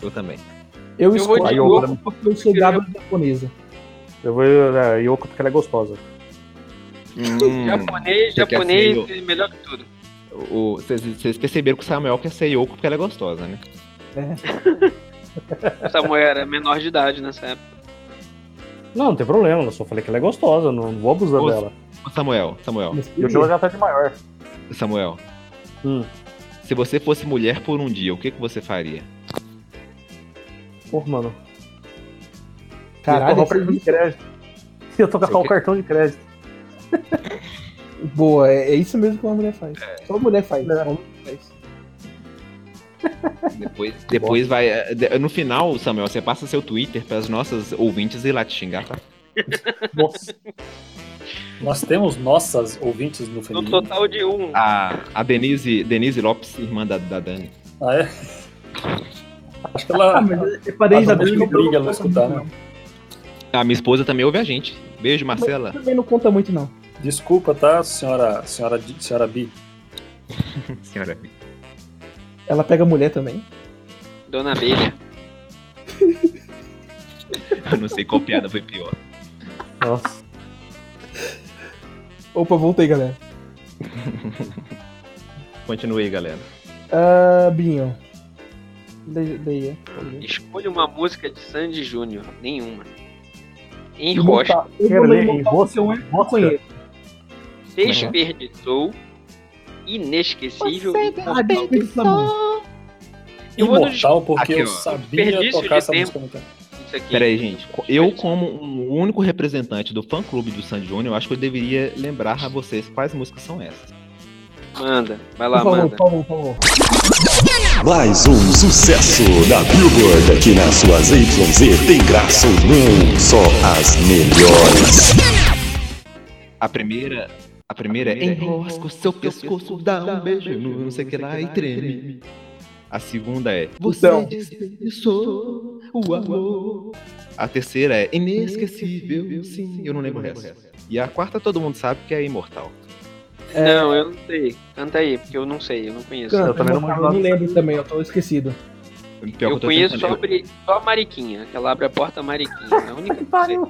Speaker 2: Eu também.
Speaker 1: Eu
Speaker 6: Eu,
Speaker 1: vou
Speaker 6: escolho
Speaker 1: de
Speaker 6: a
Speaker 5: novo.
Speaker 6: Yoko porque eu sou gado japonesa.
Speaker 5: Eu vou. É, Yoko porque ela é gostosa.
Speaker 1: Hum. japonês,
Speaker 2: Hum. você quer
Speaker 1: japonês,
Speaker 2: ser
Speaker 1: é melhor que tudo.
Speaker 2: Vocês perceberam que o Samuel quer ser Yoko porque ela é gostosa, né?
Speaker 1: O Samuel era menor de idade nessa época.
Speaker 5: Não, não tem problema, eu só falei que ela é gostosa, não, não vou abusar
Speaker 2: Ô,
Speaker 5: dela.
Speaker 2: Ô, Samuel, Samuel,
Speaker 6: Mas
Speaker 5: E o João já tá de maior.
Speaker 2: Samuel.
Speaker 5: Hum.
Speaker 2: Se você fosse mulher por um dia, o que, que você faria?
Speaker 5: Porra, mano.
Speaker 6: Caralho, é
Speaker 5: eu tô com o cartão de crédito. (laughs) Eu tô
Speaker 2: Eu
Speaker 5: com o
Speaker 2: que-
Speaker 5: cartão de crédito.
Speaker 6: Boa, é, é isso mesmo que uma mulher faz. Só mulher faz. Só mulher faz.
Speaker 4: (laughs)
Speaker 2: Depois, depois vai. eh, de- No final, Samuel, você passa seu Twitter para as nossas ouvintes ir lá te xingar, tá?
Speaker 5: Nossa.
Speaker 4: Nós temos nossas ouvintes no
Speaker 1: No
Speaker 4: feminino.
Speaker 1: total de um.
Speaker 2: A, a Denise, Denise Lopes, irmã da, da Dani.
Speaker 4: Ah, é? Acho que ela.
Speaker 6: Ah, mas eu parei
Speaker 4: Ah,
Speaker 6: já
Speaker 4: também
Speaker 6: dando
Speaker 4: não briga ela escutar, né?
Speaker 2: A minha esposa também ouve a gente. Beijo, Marcela.
Speaker 6: Também não conta muito, não.
Speaker 4: Desculpa, tá, senhora, senhora, Di- senhora Bi?
Speaker 2: (laughs) Senhora.
Speaker 6: Ela pega mulher também.
Speaker 1: Dona Abelha.
Speaker 2: Eu não sei qual piada foi pior.
Speaker 5: Nossa.
Speaker 6: Opa, voltei, galera.
Speaker 2: Continuei, galera.
Speaker 6: Ah, Binho. Le- Leia.
Speaker 1: Escolha uma música de Sandy Júnior. Nenhuma. Em rocha,
Speaker 6: Imortal. Eu vou
Speaker 5: Quero
Speaker 6: ler
Speaker 5: ler em
Speaker 6: Imortal porque
Speaker 5: rosto.
Speaker 6: eu não conheço.
Speaker 1: desperdiçou, inesquecível
Speaker 5: Ah,
Speaker 1: e imortal.
Speaker 5: tá
Speaker 6: Desperdiça muito.
Speaker 1: Eu vou no-
Speaker 4: Imortal, porque
Speaker 2: Aqui,
Speaker 4: eu
Speaker 2: ó.
Speaker 4: sabia
Speaker 1: Desperdício de
Speaker 4: tocar essa
Speaker 1: tempo.
Speaker 4: música muito tempo.
Speaker 1: Isso aqui.
Speaker 2: Pera aí, gente. Eu, como o único representante do fã clube do Sandy Júnior, eu acho que eu deveria lembrar a vocês quais músicas são essas.
Speaker 1: Manda. Vai
Speaker 6: Por
Speaker 1: lá,
Speaker 6: favor,
Speaker 1: manda.
Speaker 6: por favor, por favor.
Speaker 3: Mais um sucesso da Billboard aqui na sua ZYZ. Tem graça ou não, só as melhores.
Speaker 2: A primeira. A primeira é Enrosca o seu pescoço, dá um beijo no não sei o que lá e treme. A segunda é Você
Speaker 6: Então.
Speaker 2: desperdiçou o amor. A terceira é Inesquecível, sim, eu não lembro o resto. E a quarta todo mundo sabe que é Imortal.
Speaker 1: Não, eu não sei. Canta aí, porque eu não sei, eu não conheço.
Speaker 6: Canta,
Speaker 5: Eu também não
Speaker 6: Imortal,
Speaker 5: manjo nada.
Speaker 6: não lembro também, eu tô esquecido.
Speaker 2: Pior que
Speaker 1: Eu
Speaker 2: tô
Speaker 1: conheço
Speaker 2: tentando-
Speaker 1: sobre, só a Mariquinha, que ela abre a porta a Mariquinha. É a única que eu sei.
Speaker 5: Pariu.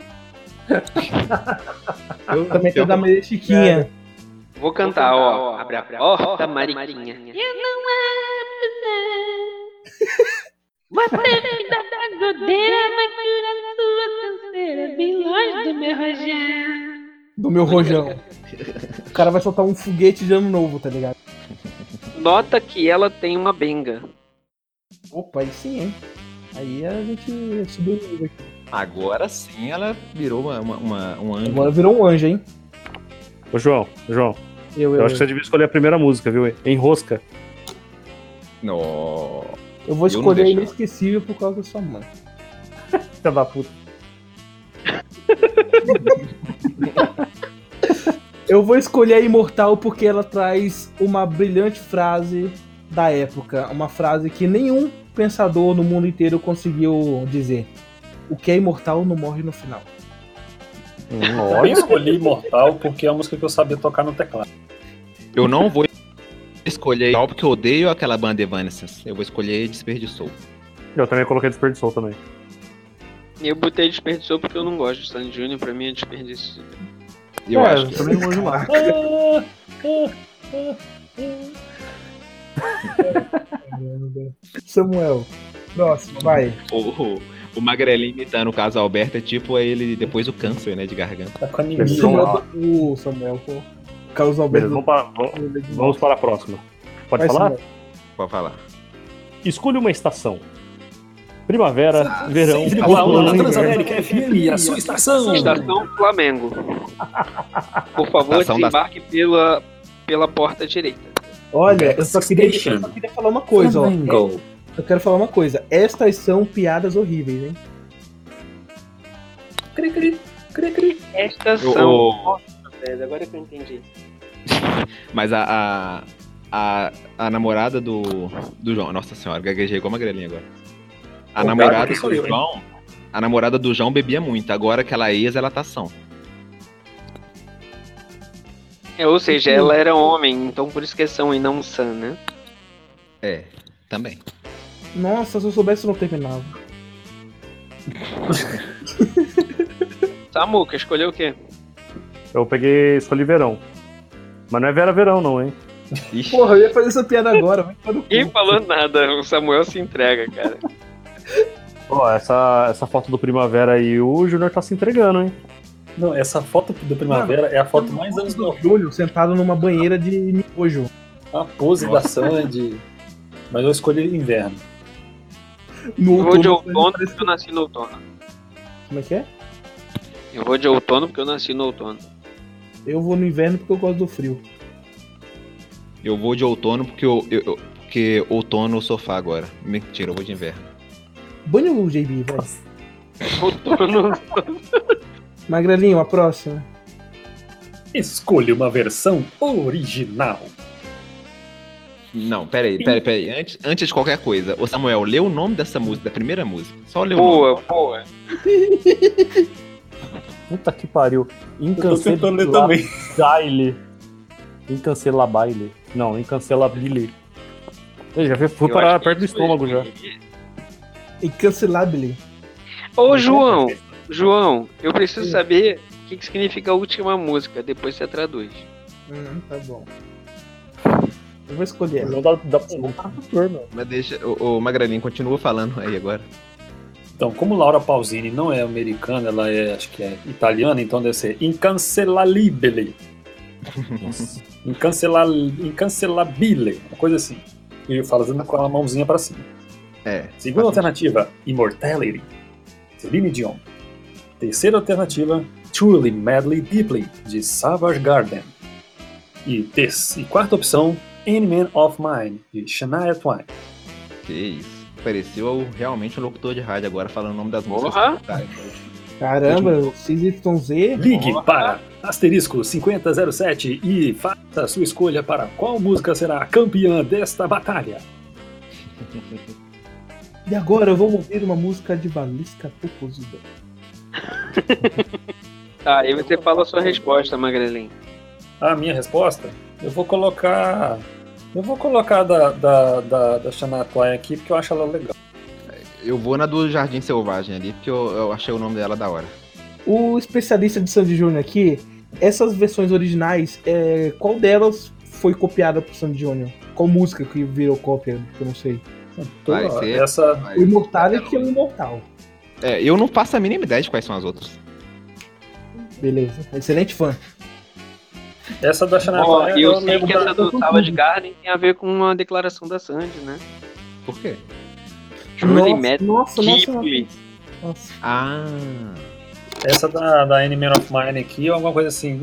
Speaker 2: Eu
Speaker 6: Também tem
Speaker 2: pior
Speaker 6: da
Speaker 2: que-
Speaker 6: Maria Chiquinha.
Speaker 5: É.
Speaker 1: Vou cantar, ó. Abre a porta, Mariquinha.
Speaker 7: Eu não abro. Você me dá da godeira, mas tira a sua canseira, bem longe do meu rojar.
Speaker 6: Do meu
Speaker 5: (laughs)
Speaker 6: rojão. O cara vai soltar um foguete de ano novo, tá ligado?
Speaker 1: Nota que ela tem uma benga.
Speaker 6: Opa, aí sim, hein? Aí a gente subiu o nível aqui.
Speaker 2: Agora sim ela virou uma, uma, uma- um anjo.
Speaker 6: Agora virou um anjo, hein?
Speaker 5: Ô, João, João,
Speaker 6: Eu, eu,
Speaker 5: eu
Speaker 6: eu.
Speaker 5: acho que você devia escolher a primeira música, viu? Enrosca.
Speaker 2: No...
Speaker 6: Eu vou
Speaker 2: eu não
Speaker 6: escolher
Speaker 2: deixava.
Speaker 5: (laughs)
Speaker 6: inesquecível por causa da sua mãe.
Speaker 5: Filha da puta.
Speaker 6: Eu vou escolher a Imortal porque ela traz uma brilhante frase da época. Uma frase que nenhum pensador no mundo inteiro conseguiu dizer. O que é imortal não morre no final.
Speaker 4: Eu escolhi Imortal porque é uma música que eu sabia tocar no teclado.
Speaker 2: Eu não vou escolher tal porque eu odeio aquela banda Evanescence. Eu vou escolher Desperdiçou.
Speaker 5: Eu também coloquei desperdiçou também.
Speaker 1: Eu botei desperdiçou porque eu não gosto de Sandy Júnior, pra mim é desperdício.
Speaker 2: E Eu
Speaker 5: É,
Speaker 2: acho que
Speaker 5: também não manjo lá.
Speaker 6: (laughs) Samuel, próximo, vai.
Speaker 2: o, o, o Magrelinho imitando o caso Alberto é tipo ele depois o câncer, né, de garganta.
Speaker 4: Tá com
Speaker 5: Eles
Speaker 4: anemia.
Speaker 5: vão
Speaker 4: né?
Speaker 5: lá.
Speaker 6: O Samuel, pô. Carlos
Speaker 5: Beleza,
Speaker 6: Alberto.
Speaker 5: vamos para, vamos, vamos para a próxima. Pode
Speaker 6: Vai,
Speaker 5: falar?
Speaker 6: Samuel.
Speaker 2: Pode falar.
Speaker 5: Escolha uma estação.
Speaker 4: Ah,
Speaker 5: Primavera, verão, outono,
Speaker 4: 101 na
Speaker 5: inverno.
Speaker 4: Transamérica FM, a sua estação.
Speaker 1: Estação Flamengo. Por favor,
Speaker 2: Estação da-
Speaker 1: desembarque pela, pela porta direita.
Speaker 6: Olha, eu só queria,
Speaker 4: Station.
Speaker 6: eu só queria falar uma coisa, ó. Eu quero falar uma coisa. Estas são piadas horríveis, hein?
Speaker 4: Cri, cri, cri, cri.
Speaker 1: Estação.
Speaker 2: Ô, ô.
Speaker 1: Nossa, velho, agora que eu entendi.
Speaker 2: Mas a, a, a, a namorada do, do João. Nossa senhora, gaguejei igual uma grelinha agora. A
Speaker 4: Pô,
Speaker 2: namorada
Speaker 4: cara,
Speaker 2: do
Speaker 4: sou eu, hein?
Speaker 2: João. A namorada do João bebia muito. Agora que ela é ex, ela tá são.
Speaker 1: É, ou seja, ela era homem, então por isso que é são e não san, né?
Speaker 2: É, também.
Speaker 6: Nossa, se eu soubesse eu não terminava.
Speaker 1: Samuca, escolheu o quê?
Speaker 5: Eu peguei, escolhi verão. Mas não é Vera Verão, não, hein?
Speaker 2: Ixi,
Speaker 6: Porra, eu ia fazer essa piada agora, vai tomar no cu.
Speaker 1: Ninguém falou nada, o Samuel se entrega, cara.
Speaker 5: Ó, essa, essa foto do Primavera aí, o Júnior tá se entregando, hein?
Speaker 4: Não, essa foto da primavera é a foto mais anos 90.
Speaker 6: Júlio sentado numa banheira de miojo.
Speaker 4: A pose da Sandy. Mas eu escolhi inverno.
Speaker 6: No
Speaker 1: Eu vou de
Speaker 6: outono, né?
Speaker 1: outono porque eu nasci no outono.
Speaker 6: Como é que é?
Speaker 1: Eu vou de outono porque eu nasci no outono.
Speaker 6: Eu vou no inverno porque eu gosto do frio.
Speaker 2: eu vou de outono porque eu, eu- eu- porque outono eu sofá agora. Mentira, eu vou de inverno.
Speaker 6: Banho o JB, vai.
Speaker 1: Outono.
Speaker 6: Magrelinho, a próxima.
Speaker 4: Escolha uma versão original.
Speaker 2: Não, peraí, peraí, peraí. Antes, antes de qualquer coisa, ô Samuel, lê o nome dessa música, da primeira música. Só lê o nome.
Speaker 1: boa, boa.
Speaker 5: Puta que pariu.
Speaker 4: Eu tô tentando ler
Speaker 5: Incancelável
Speaker 4: também.
Speaker 5: baile. Incancelabile. Não, incancelabile. Eu já fui, fui
Speaker 1: Eu
Speaker 5: parar
Speaker 1: acho que
Speaker 5: perto do
Speaker 1: isso
Speaker 5: estômago
Speaker 1: é- (laughs)
Speaker 5: já.
Speaker 6: Incancelável.
Speaker 1: é. Ô, João, João, eu preciso saber o que, que significa a última música, depois você traduz.
Speaker 6: Hum, tá bom. Eu vou escolher ela.
Speaker 5: Não dá, dá pra não dá pra pôr, meu.
Speaker 2: Mas deixa, o, Magrelinho continua falando aí agora.
Speaker 4: Então, como Laura Pausini não é americana, ela é, acho que é italiana, então deve ser incancelabile. Incancela- incancelabile, uma coisa assim. E fazendo com a mãozinha pra cima.
Speaker 2: É.
Speaker 4: Segunda alternativa, Immortality, Celine Dion. Terceira alternativa, Truly Madly Deeply, de Savage Garden. E, ter- e quarta opção, Any Man of Mine, de Shania Twain.
Speaker 2: Que isso. Pareceu o- realmente um locutor de rádio agora falando o nome das músicas.
Speaker 1: Porra.
Speaker 2: Tá,
Speaker 6: Caramba, o XYZ.
Speaker 4: Ligue para asterisco 5007 e faça sua escolha para qual música será a campeã desta batalha.
Speaker 6: E agora eu vou ouvir uma música de Valisca Popozuda.
Speaker 1: Tá, aí você fala a sua resposta, Magrelinho.
Speaker 4: A minha resposta, eu vou colocar... Eu vou colocar da, da, da, da Shania Twain aqui, porque eu acho ela legal.
Speaker 2: Eu vou na do Jardim Selvagem ali, porque eu, eu achei o nome dela da hora.
Speaker 6: O especialista de Sandy Júnior aqui, essas versões originais, é, qual delas foi copiada por Sandy Júnior? Qual música que virou cópia? Que eu não sei.
Speaker 2: Vai
Speaker 4: Então,
Speaker 2: ser.
Speaker 4: Essa,
Speaker 6: O Imortal
Speaker 5: tá
Speaker 6: é que é o Imortal.
Speaker 2: É, eu não faço a mínima ideia de quais são as outras.
Speaker 6: Beleza. Excelente fã.
Speaker 4: Essa da Shania
Speaker 1: Ó,
Speaker 4: Twain,
Speaker 1: e eu
Speaker 4: eu
Speaker 1: sei
Speaker 4: lembro
Speaker 1: que
Speaker 4: da-
Speaker 1: essa do Savage Garden tem a ver com uma declaração da Sandy, né?
Speaker 2: Por quê?
Speaker 1: Julie
Speaker 6: Nossa,
Speaker 1: Matt
Speaker 6: Nossa, nossa,
Speaker 1: Deeply.
Speaker 6: nossa.
Speaker 2: Ah.
Speaker 4: Essa da, da Any Man of Mine aqui é alguma coisa assim.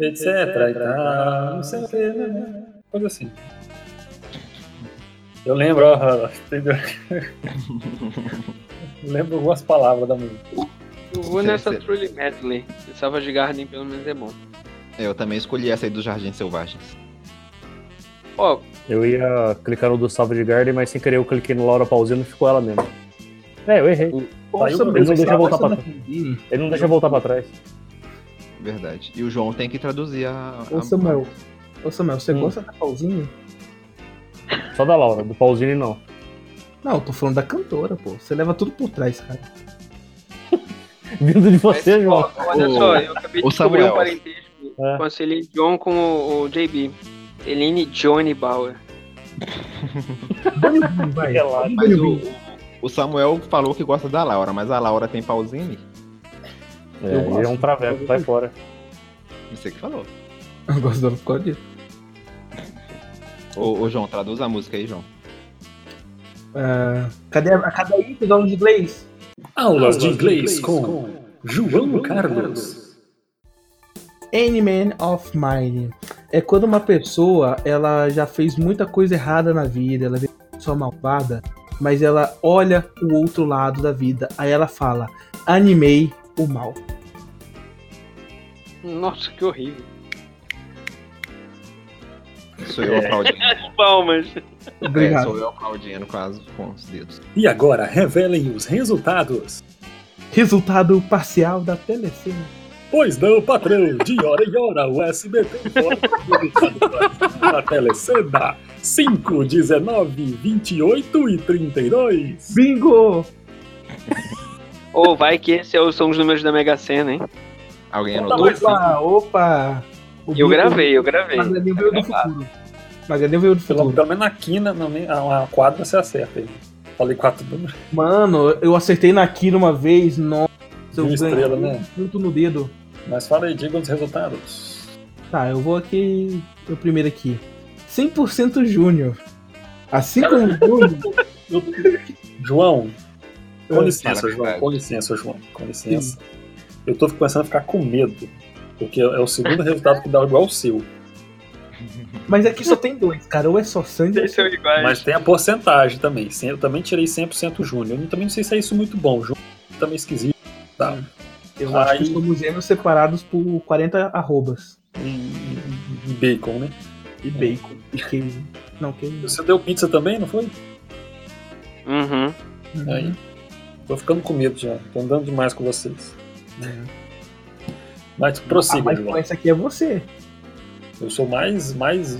Speaker 4: Etc. e tal, não sei o que, né? Coisa assim. Eu lembro, ó, (laughs) entendeu? Eu lembro algumas palavras da música.
Speaker 1: Eu vou
Speaker 2: Sim,
Speaker 1: nessa
Speaker 2: sim.
Speaker 1: Truly Medley. De Savage Garden, pelo menos é bom.
Speaker 2: É, Eu também escolhi essa aí dos Jardins Selvagens.
Speaker 1: Ó,
Speaker 5: Eu ia clicar no do Savage Garden, mas sem querer eu cliquei no Laura Pausino e ficou ela mesmo. É, eu errei.
Speaker 4: Saiu
Speaker 6: Ouça
Speaker 4: uma
Speaker 6: a
Speaker 4: vez,
Speaker 6: música,
Speaker 5: deixa eu voltar
Speaker 6: ouça na
Speaker 5: pra
Speaker 6: Pandini,
Speaker 5: Ele não deixa eu voltar pra trás.
Speaker 2: Verdade. E o João tem que traduzir a. a-
Speaker 6: Ô Samuel, ô Samuel, você
Speaker 5: Hum.
Speaker 6: gosta da Paulzinho?
Speaker 5: Só da Laura, do Pausini não. (laughs)
Speaker 6: Não, eu tô falando da cantora, pô. Você leva tudo por trás, cara.
Speaker 5: (laughs) Vindo de
Speaker 1: mas,
Speaker 5: você, João.
Speaker 1: ó, olha só, eu acabei de
Speaker 2: Ô,
Speaker 1: descobrir
Speaker 2: Samuel.
Speaker 1: um parentesco
Speaker 5: É.
Speaker 1: com a Celine Dion com o, o JB. Celine Johnny Bauer.
Speaker 6: Dá-lhe o ruim, vai.
Speaker 5: Relaxa.
Speaker 2: Mas o, o Samuel falou que gosta da Laura, mas a Laura tem Pausini?
Speaker 5: É, ele é um traveco, sai fora.
Speaker 2: Não sei o que falou.
Speaker 6: Eu gosto dela por causa disso.
Speaker 2: Ô, ô, João, traduz a música aí, João.
Speaker 6: Ah, cadê a, cadê aí os nomes de inglês?
Speaker 4: Aulas de inglês com João Carlos.
Speaker 6: Any Man of Mine. É quando uma pessoa, ela já fez muita coisa errada na vida, ela é uma pessoa malvada, mas ela olha o outro lado da vida, aí ela fala, animei o mal.
Speaker 1: Nossa, que horrível.
Speaker 2: Sou eu aplaudindo.
Speaker 1: Palmas.
Speaker 2: É,
Speaker 6: Obrigado.
Speaker 2: sou eu aplaudindo com, as, com os dedos.
Speaker 4: E agora, revelem os resultados.
Speaker 6: Resultado parcial da telecena.
Speaker 4: Pois não, patrão, de hora em hora, o SBT informa o resultado da telecena 5, 19, 28 e 32.
Speaker 6: Bingo!
Speaker 1: Ou vai que esses são os números da Mega Sena, hein?
Speaker 2: Alguém anotou?
Speaker 6: Opa, opa! O
Speaker 1: Eu
Speaker 6: bingo-
Speaker 1: gravei, eu gravei.
Speaker 6: Maganinho veio do futuro. Maganinho veio do
Speaker 4: Pelo,
Speaker 6: futuro.
Speaker 4: pelo menos aqui na, na, na na quadra você acerta aí. Falei quatro números.
Speaker 6: Mano, eu acertei na Kira uma vez, nossa, eu
Speaker 4: Uma
Speaker 6: ganhei
Speaker 4: estrela, né?
Speaker 6: junto no dedo.
Speaker 4: Mas fala aí, diga os resultados.
Speaker 6: Tá, eu vou aqui. O primeiro aqui. 100% Júnior. Assim como o
Speaker 2: (laughs)
Speaker 6: Júnior.
Speaker 4: João, com
Speaker 6: É,
Speaker 4: licença,
Speaker 2: fala a
Speaker 4: João,
Speaker 2: verdade.
Speaker 4: com licença, João, com licença. Eu tô começando a ficar com medo, porque é o segundo resultado que dá igual ao seu.
Speaker 6: Mas aqui só tem dois, cara. Ou é só Sandy. ou é
Speaker 1: Eles
Speaker 6: só-
Speaker 1: são iguais.
Speaker 4: Mas tem a porcentagem também. Sim, Eu também tirei 100% Júnior. Eu também não sei se é isso muito bom. Júnior também esquisito. Tá.
Speaker 6: Eu acho que
Speaker 4: Aí-
Speaker 6: somos gêmeos separados por 40 arrobas.
Speaker 4: E, e- e bacon, né?
Speaker 6: E bacon. E queijo. Não, queijo.
Speaker 4: Você deu pizza também, não foi?
Speaker 1: Uhum.
Speaker 6: não. Ah,
Speaker 4: Aí. Tô ficando com medo já. Tô andando demais com vocês. Mas
Speaker 6: Ah,
Speaker 4: prossiga,
Speaker 6: mas
Speaker 4: João.
Speaker 6: com essa aqui é você.
Speaker 4: Eu sou mais. mais.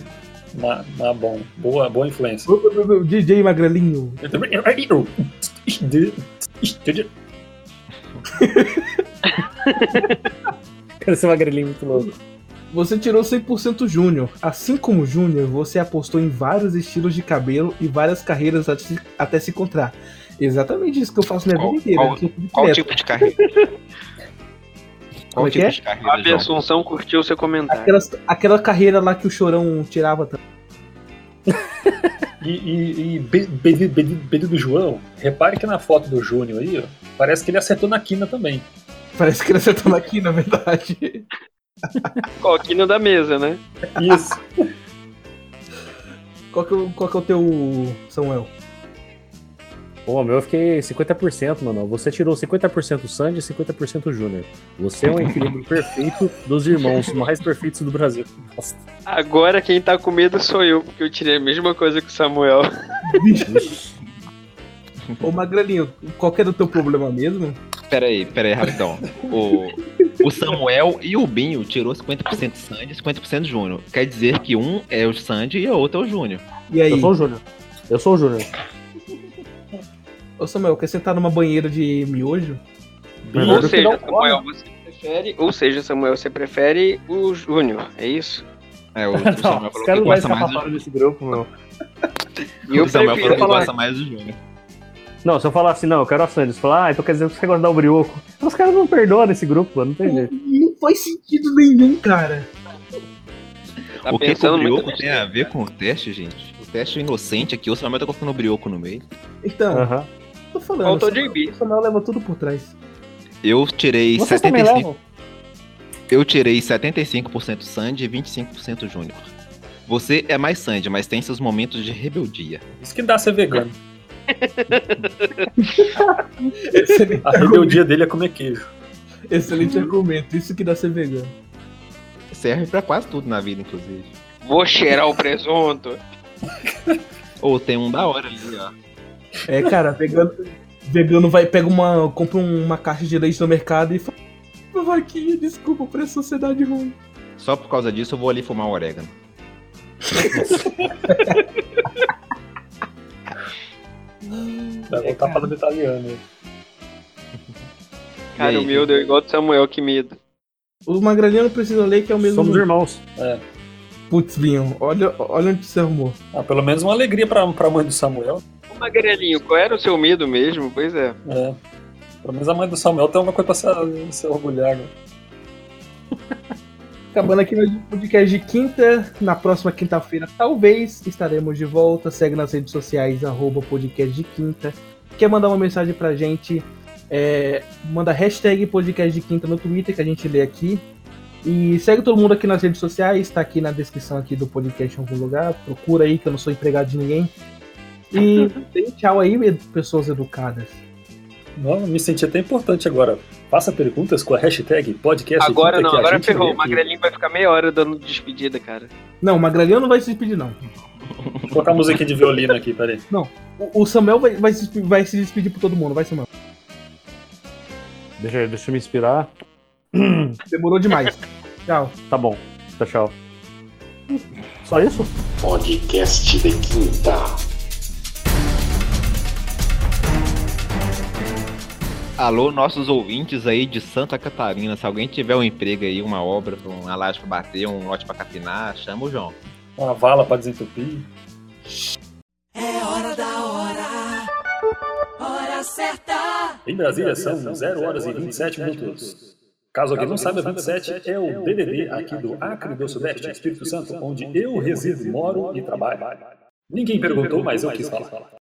Speaker 4: Ma, ma- bom. Boa, boa influência.
Speaker 6: O- o- o DJ Magrelinho.
Speaker 4: Eu também- Você
Speaker 5: Cara, Esse magrelinho é muito louco.
Speaker 6: Você tirou 100% Júnior. Assim como o Júnior, você apostou em vários estilos de cabelo e várias carreiras até se- até se encontrar. Exatamente isso que eu faço minha
Speaker 2: Qual-
Speaker 6: vida inteira.
Speaker 2: qual-
Speaker 6: eu sou tudo
Speaker 2: Qual
Speaker 6: direto.
Speaker 2: tipo de carreira?
Speaker 6: Como
Speaker 2: Qual
Speaker 6: é que
Speaker 2: tipo
Speaker 6: é?
Speaker 2: de
Speaker 1: Fábio
Speaker 2: carreira, João?
Speaker 1: Assunção curtiu seu comentário.
Speaker 6: Aquelas, aquela carreira lá que o chorão tirava também. (laughs)
Speaker 4: E, e, e be- be- be- be- do João, repare que na foto do Júnior aí, ó, parece que ele acertou na quina também.
Speaker 6: Parece que ele acertou aqui, na verdade.
Speaker 1: Coquinho da mesa, né?
Speaker 4: Isso.
Speaker 6: Qual que, é o- qual que é o teu Samuel?
Speaker 5: Pô, meu, eu fiquei 50%, mano. Você tirou 50% Sandy e 50% Júnior. Você é um equilíbrio perfeito dos irmãos mais perfeitos do Brasil. Nossa,
Speaker 1: Agora quem tá com medo sou eu, porque eu tirei a mesma coisa que o Samuel.
Speaker 6: Ô Magrelinho, qual que era o teu problema mesmo?
Speaker 2: Peraí, peraí, rapidão. O, o Samuel e o Binho tirou 50% Sandy e 50% Júnior. Quer dizer que um é o Sandy e o outro é o Júnior.
Speaker 6: E aí?
Speaker 5: eu sou o Júnior. Eu sou o Júnior.
Speaker 6: Ô Samuel, quer sentar numa banheira de miojo?
Speaker 1: Ou
Speaker 5: Melhor do que
Speaker 1: seja,
Speaker 5: não.
Speaker 1: Samuel, você prefere. Ou seja, Samuel, você prefere o Júnior, é isso?
Speaker 5: (laughs)
Speaker 2: É, o, o
Speaker 5: Não,
Speaker 2: Samuel
Speaker 5: tá, os
Speaker 2: falou que
Speaker 5: caras não vão
Speaker 2: gosta
Speaker 5: escapar
Speaker 2: mais do
Speaker 5: fora desse grupo, meu.
Speaker 1: E tá eu
Speaker 2: o Samuel falou
Speaker 1: prefiro
Speaker 2: que
Speaker 1: falar.
Speaker 2: gosta mais do Júnior.
Speaker 5: Não, se eu falar assim, não, eu quero a Sandy. Você falar, ah, então quer dizer que você gosta de dar o brioco. Os caras não perdoam nesse grupo, mano. Não tem jeito.
Speaker 6: Não faz sentido nenhum, cara.
Speaker 1: Tá
Speaker 2: o que, que o
Speaker 1: pensando muito.
Speaker 2: brioco tem a ver com o teste, gente? O teste é inocente aqui, o Samuel tá colocando o brioco no meio.
Speaker 6: Então,
Speaker 5: Aham.
Speaker 6: tô falando.
Speaker 1: Faltou
Speaker 6: o Samuel-
Speaker 1: JB.
Speaker 6: O Samuel leva tudo por trás.
Speaker 2: Eu tirei
Speaker 5: Vocês também
Speaker 2: 75%.
Speaker 5: levam?
Speaker 2: Eu tirei 75% Sandy e 25% Júnior. Você é mais Sandy, mas tem seus momentos de rebeldia.
Speaker 4: Isso que dá ser vegano.
Speaker 6: Excelente,
Speaker 4: A rebeldia dele é comer queijo.
Speaker 6: excelente argumento. Isso que dá ser vegano.
Speaker 2: Serve pra quase tudo na vida, inclusive.
Speaker 1: Vou cheirar o presunto.
Speaker 2: Ou tem um da hora ali, ó.
Speaker 6: É, cara, vegano, vegano vai, pega uma. compra uma caixa de leite no mercado e fala. Vaquinha, desculpa por essa sociedade ruim.
Speaker 2: Só por causa disso eu vou ali fumar um orégano.
Speaker 1: É,
Speaker 4: Vai voltar para o italiano. né?
Speaker 1: Cara,
Speaker 2: E aí,
Speaker 1: o meu deu igual do Samuel, que medo.
Speaker 6: O Magraniano precisa ler que é o mesmo.
Speaker 5: Somos irmãos.
Speaker 6: Putz, Vinho, olha, olha onde você arrumou.
Speaker 4: Ah, pelo menos uma alegria pra, pra mãe do Samuel.
Speaker 1: Ô, Magrelinho, qual era o seu medo mesmo? Pois é.
Speaker 4: É. Pelo menos a mãe do Samuel tem uma coisa pra se, se orgulhar, né?
Speaker 6: Acabando aqui no podcast de quinta. Na próxima quinta-feira, talvez, estaremos de volta. Segue nas redes sociais, arroba podcast de quinta. Quer mandar uma mensagem pra gente? É, manda hashtag podcast de quinta no Twitter, que a gente lê aqui. E segue todo mundo aqui nas redes sociais, tá aqui na descrição aqui do podcast em algum lugar. Procura aí, que eu não sou empregado de ninguém. E dê tchau aí, ed- pessoas educadas.
Speaker 4: Não, eu me senti até importante agora. Faça perguntas com a hashtag podcast.
Speaker 1: Agora
Speaker 4: Quinta,
Speaker 1: não,
Speaker 4: que a
Speaker 1: agora
Speaker 4: gente
Speaker 1: ferrou.
Speaker 4: lê
Speaker 1: O
Speaker 4: aqui.
Speaker 1: Magrelinho vai ficar meia hora dando despedida, cara.
Speaker 6: Não, o Magralhão não vai se despedir, não.
Speaker 4: Vou colocar a musiquinha de violino aqui, peraí.
Speaker 6: O, o Samuel vai, vai, se, despe- vai se despedir por todo mundo, vai, Samuel.
Speaker 5: Deixa, deixa eu me inspirar.
Speaker 6: Demorou demais. Tchau.
Speaker 5: Tá bom. Tchau, tchau. Só isso?
Speaker 3: Podcast de Quinta.
Speaker 2: Alô, nossos ouvintes aí de Santa Catarina. Se alguém tiver um emprego aí, uma obra, uma laje pra bater, um lote pra capinar, chama o João.
Speaker 4: Uma vala pra desentupir. Em Brasília são 0 horas e 27 minutos. Caso alguém não saiba, 27 é o DDD aqui do Acre do Sudeste, Espírito Santo, onde eu resido, moro e trabalho. Ninguém perguntou, mas eu quis falar.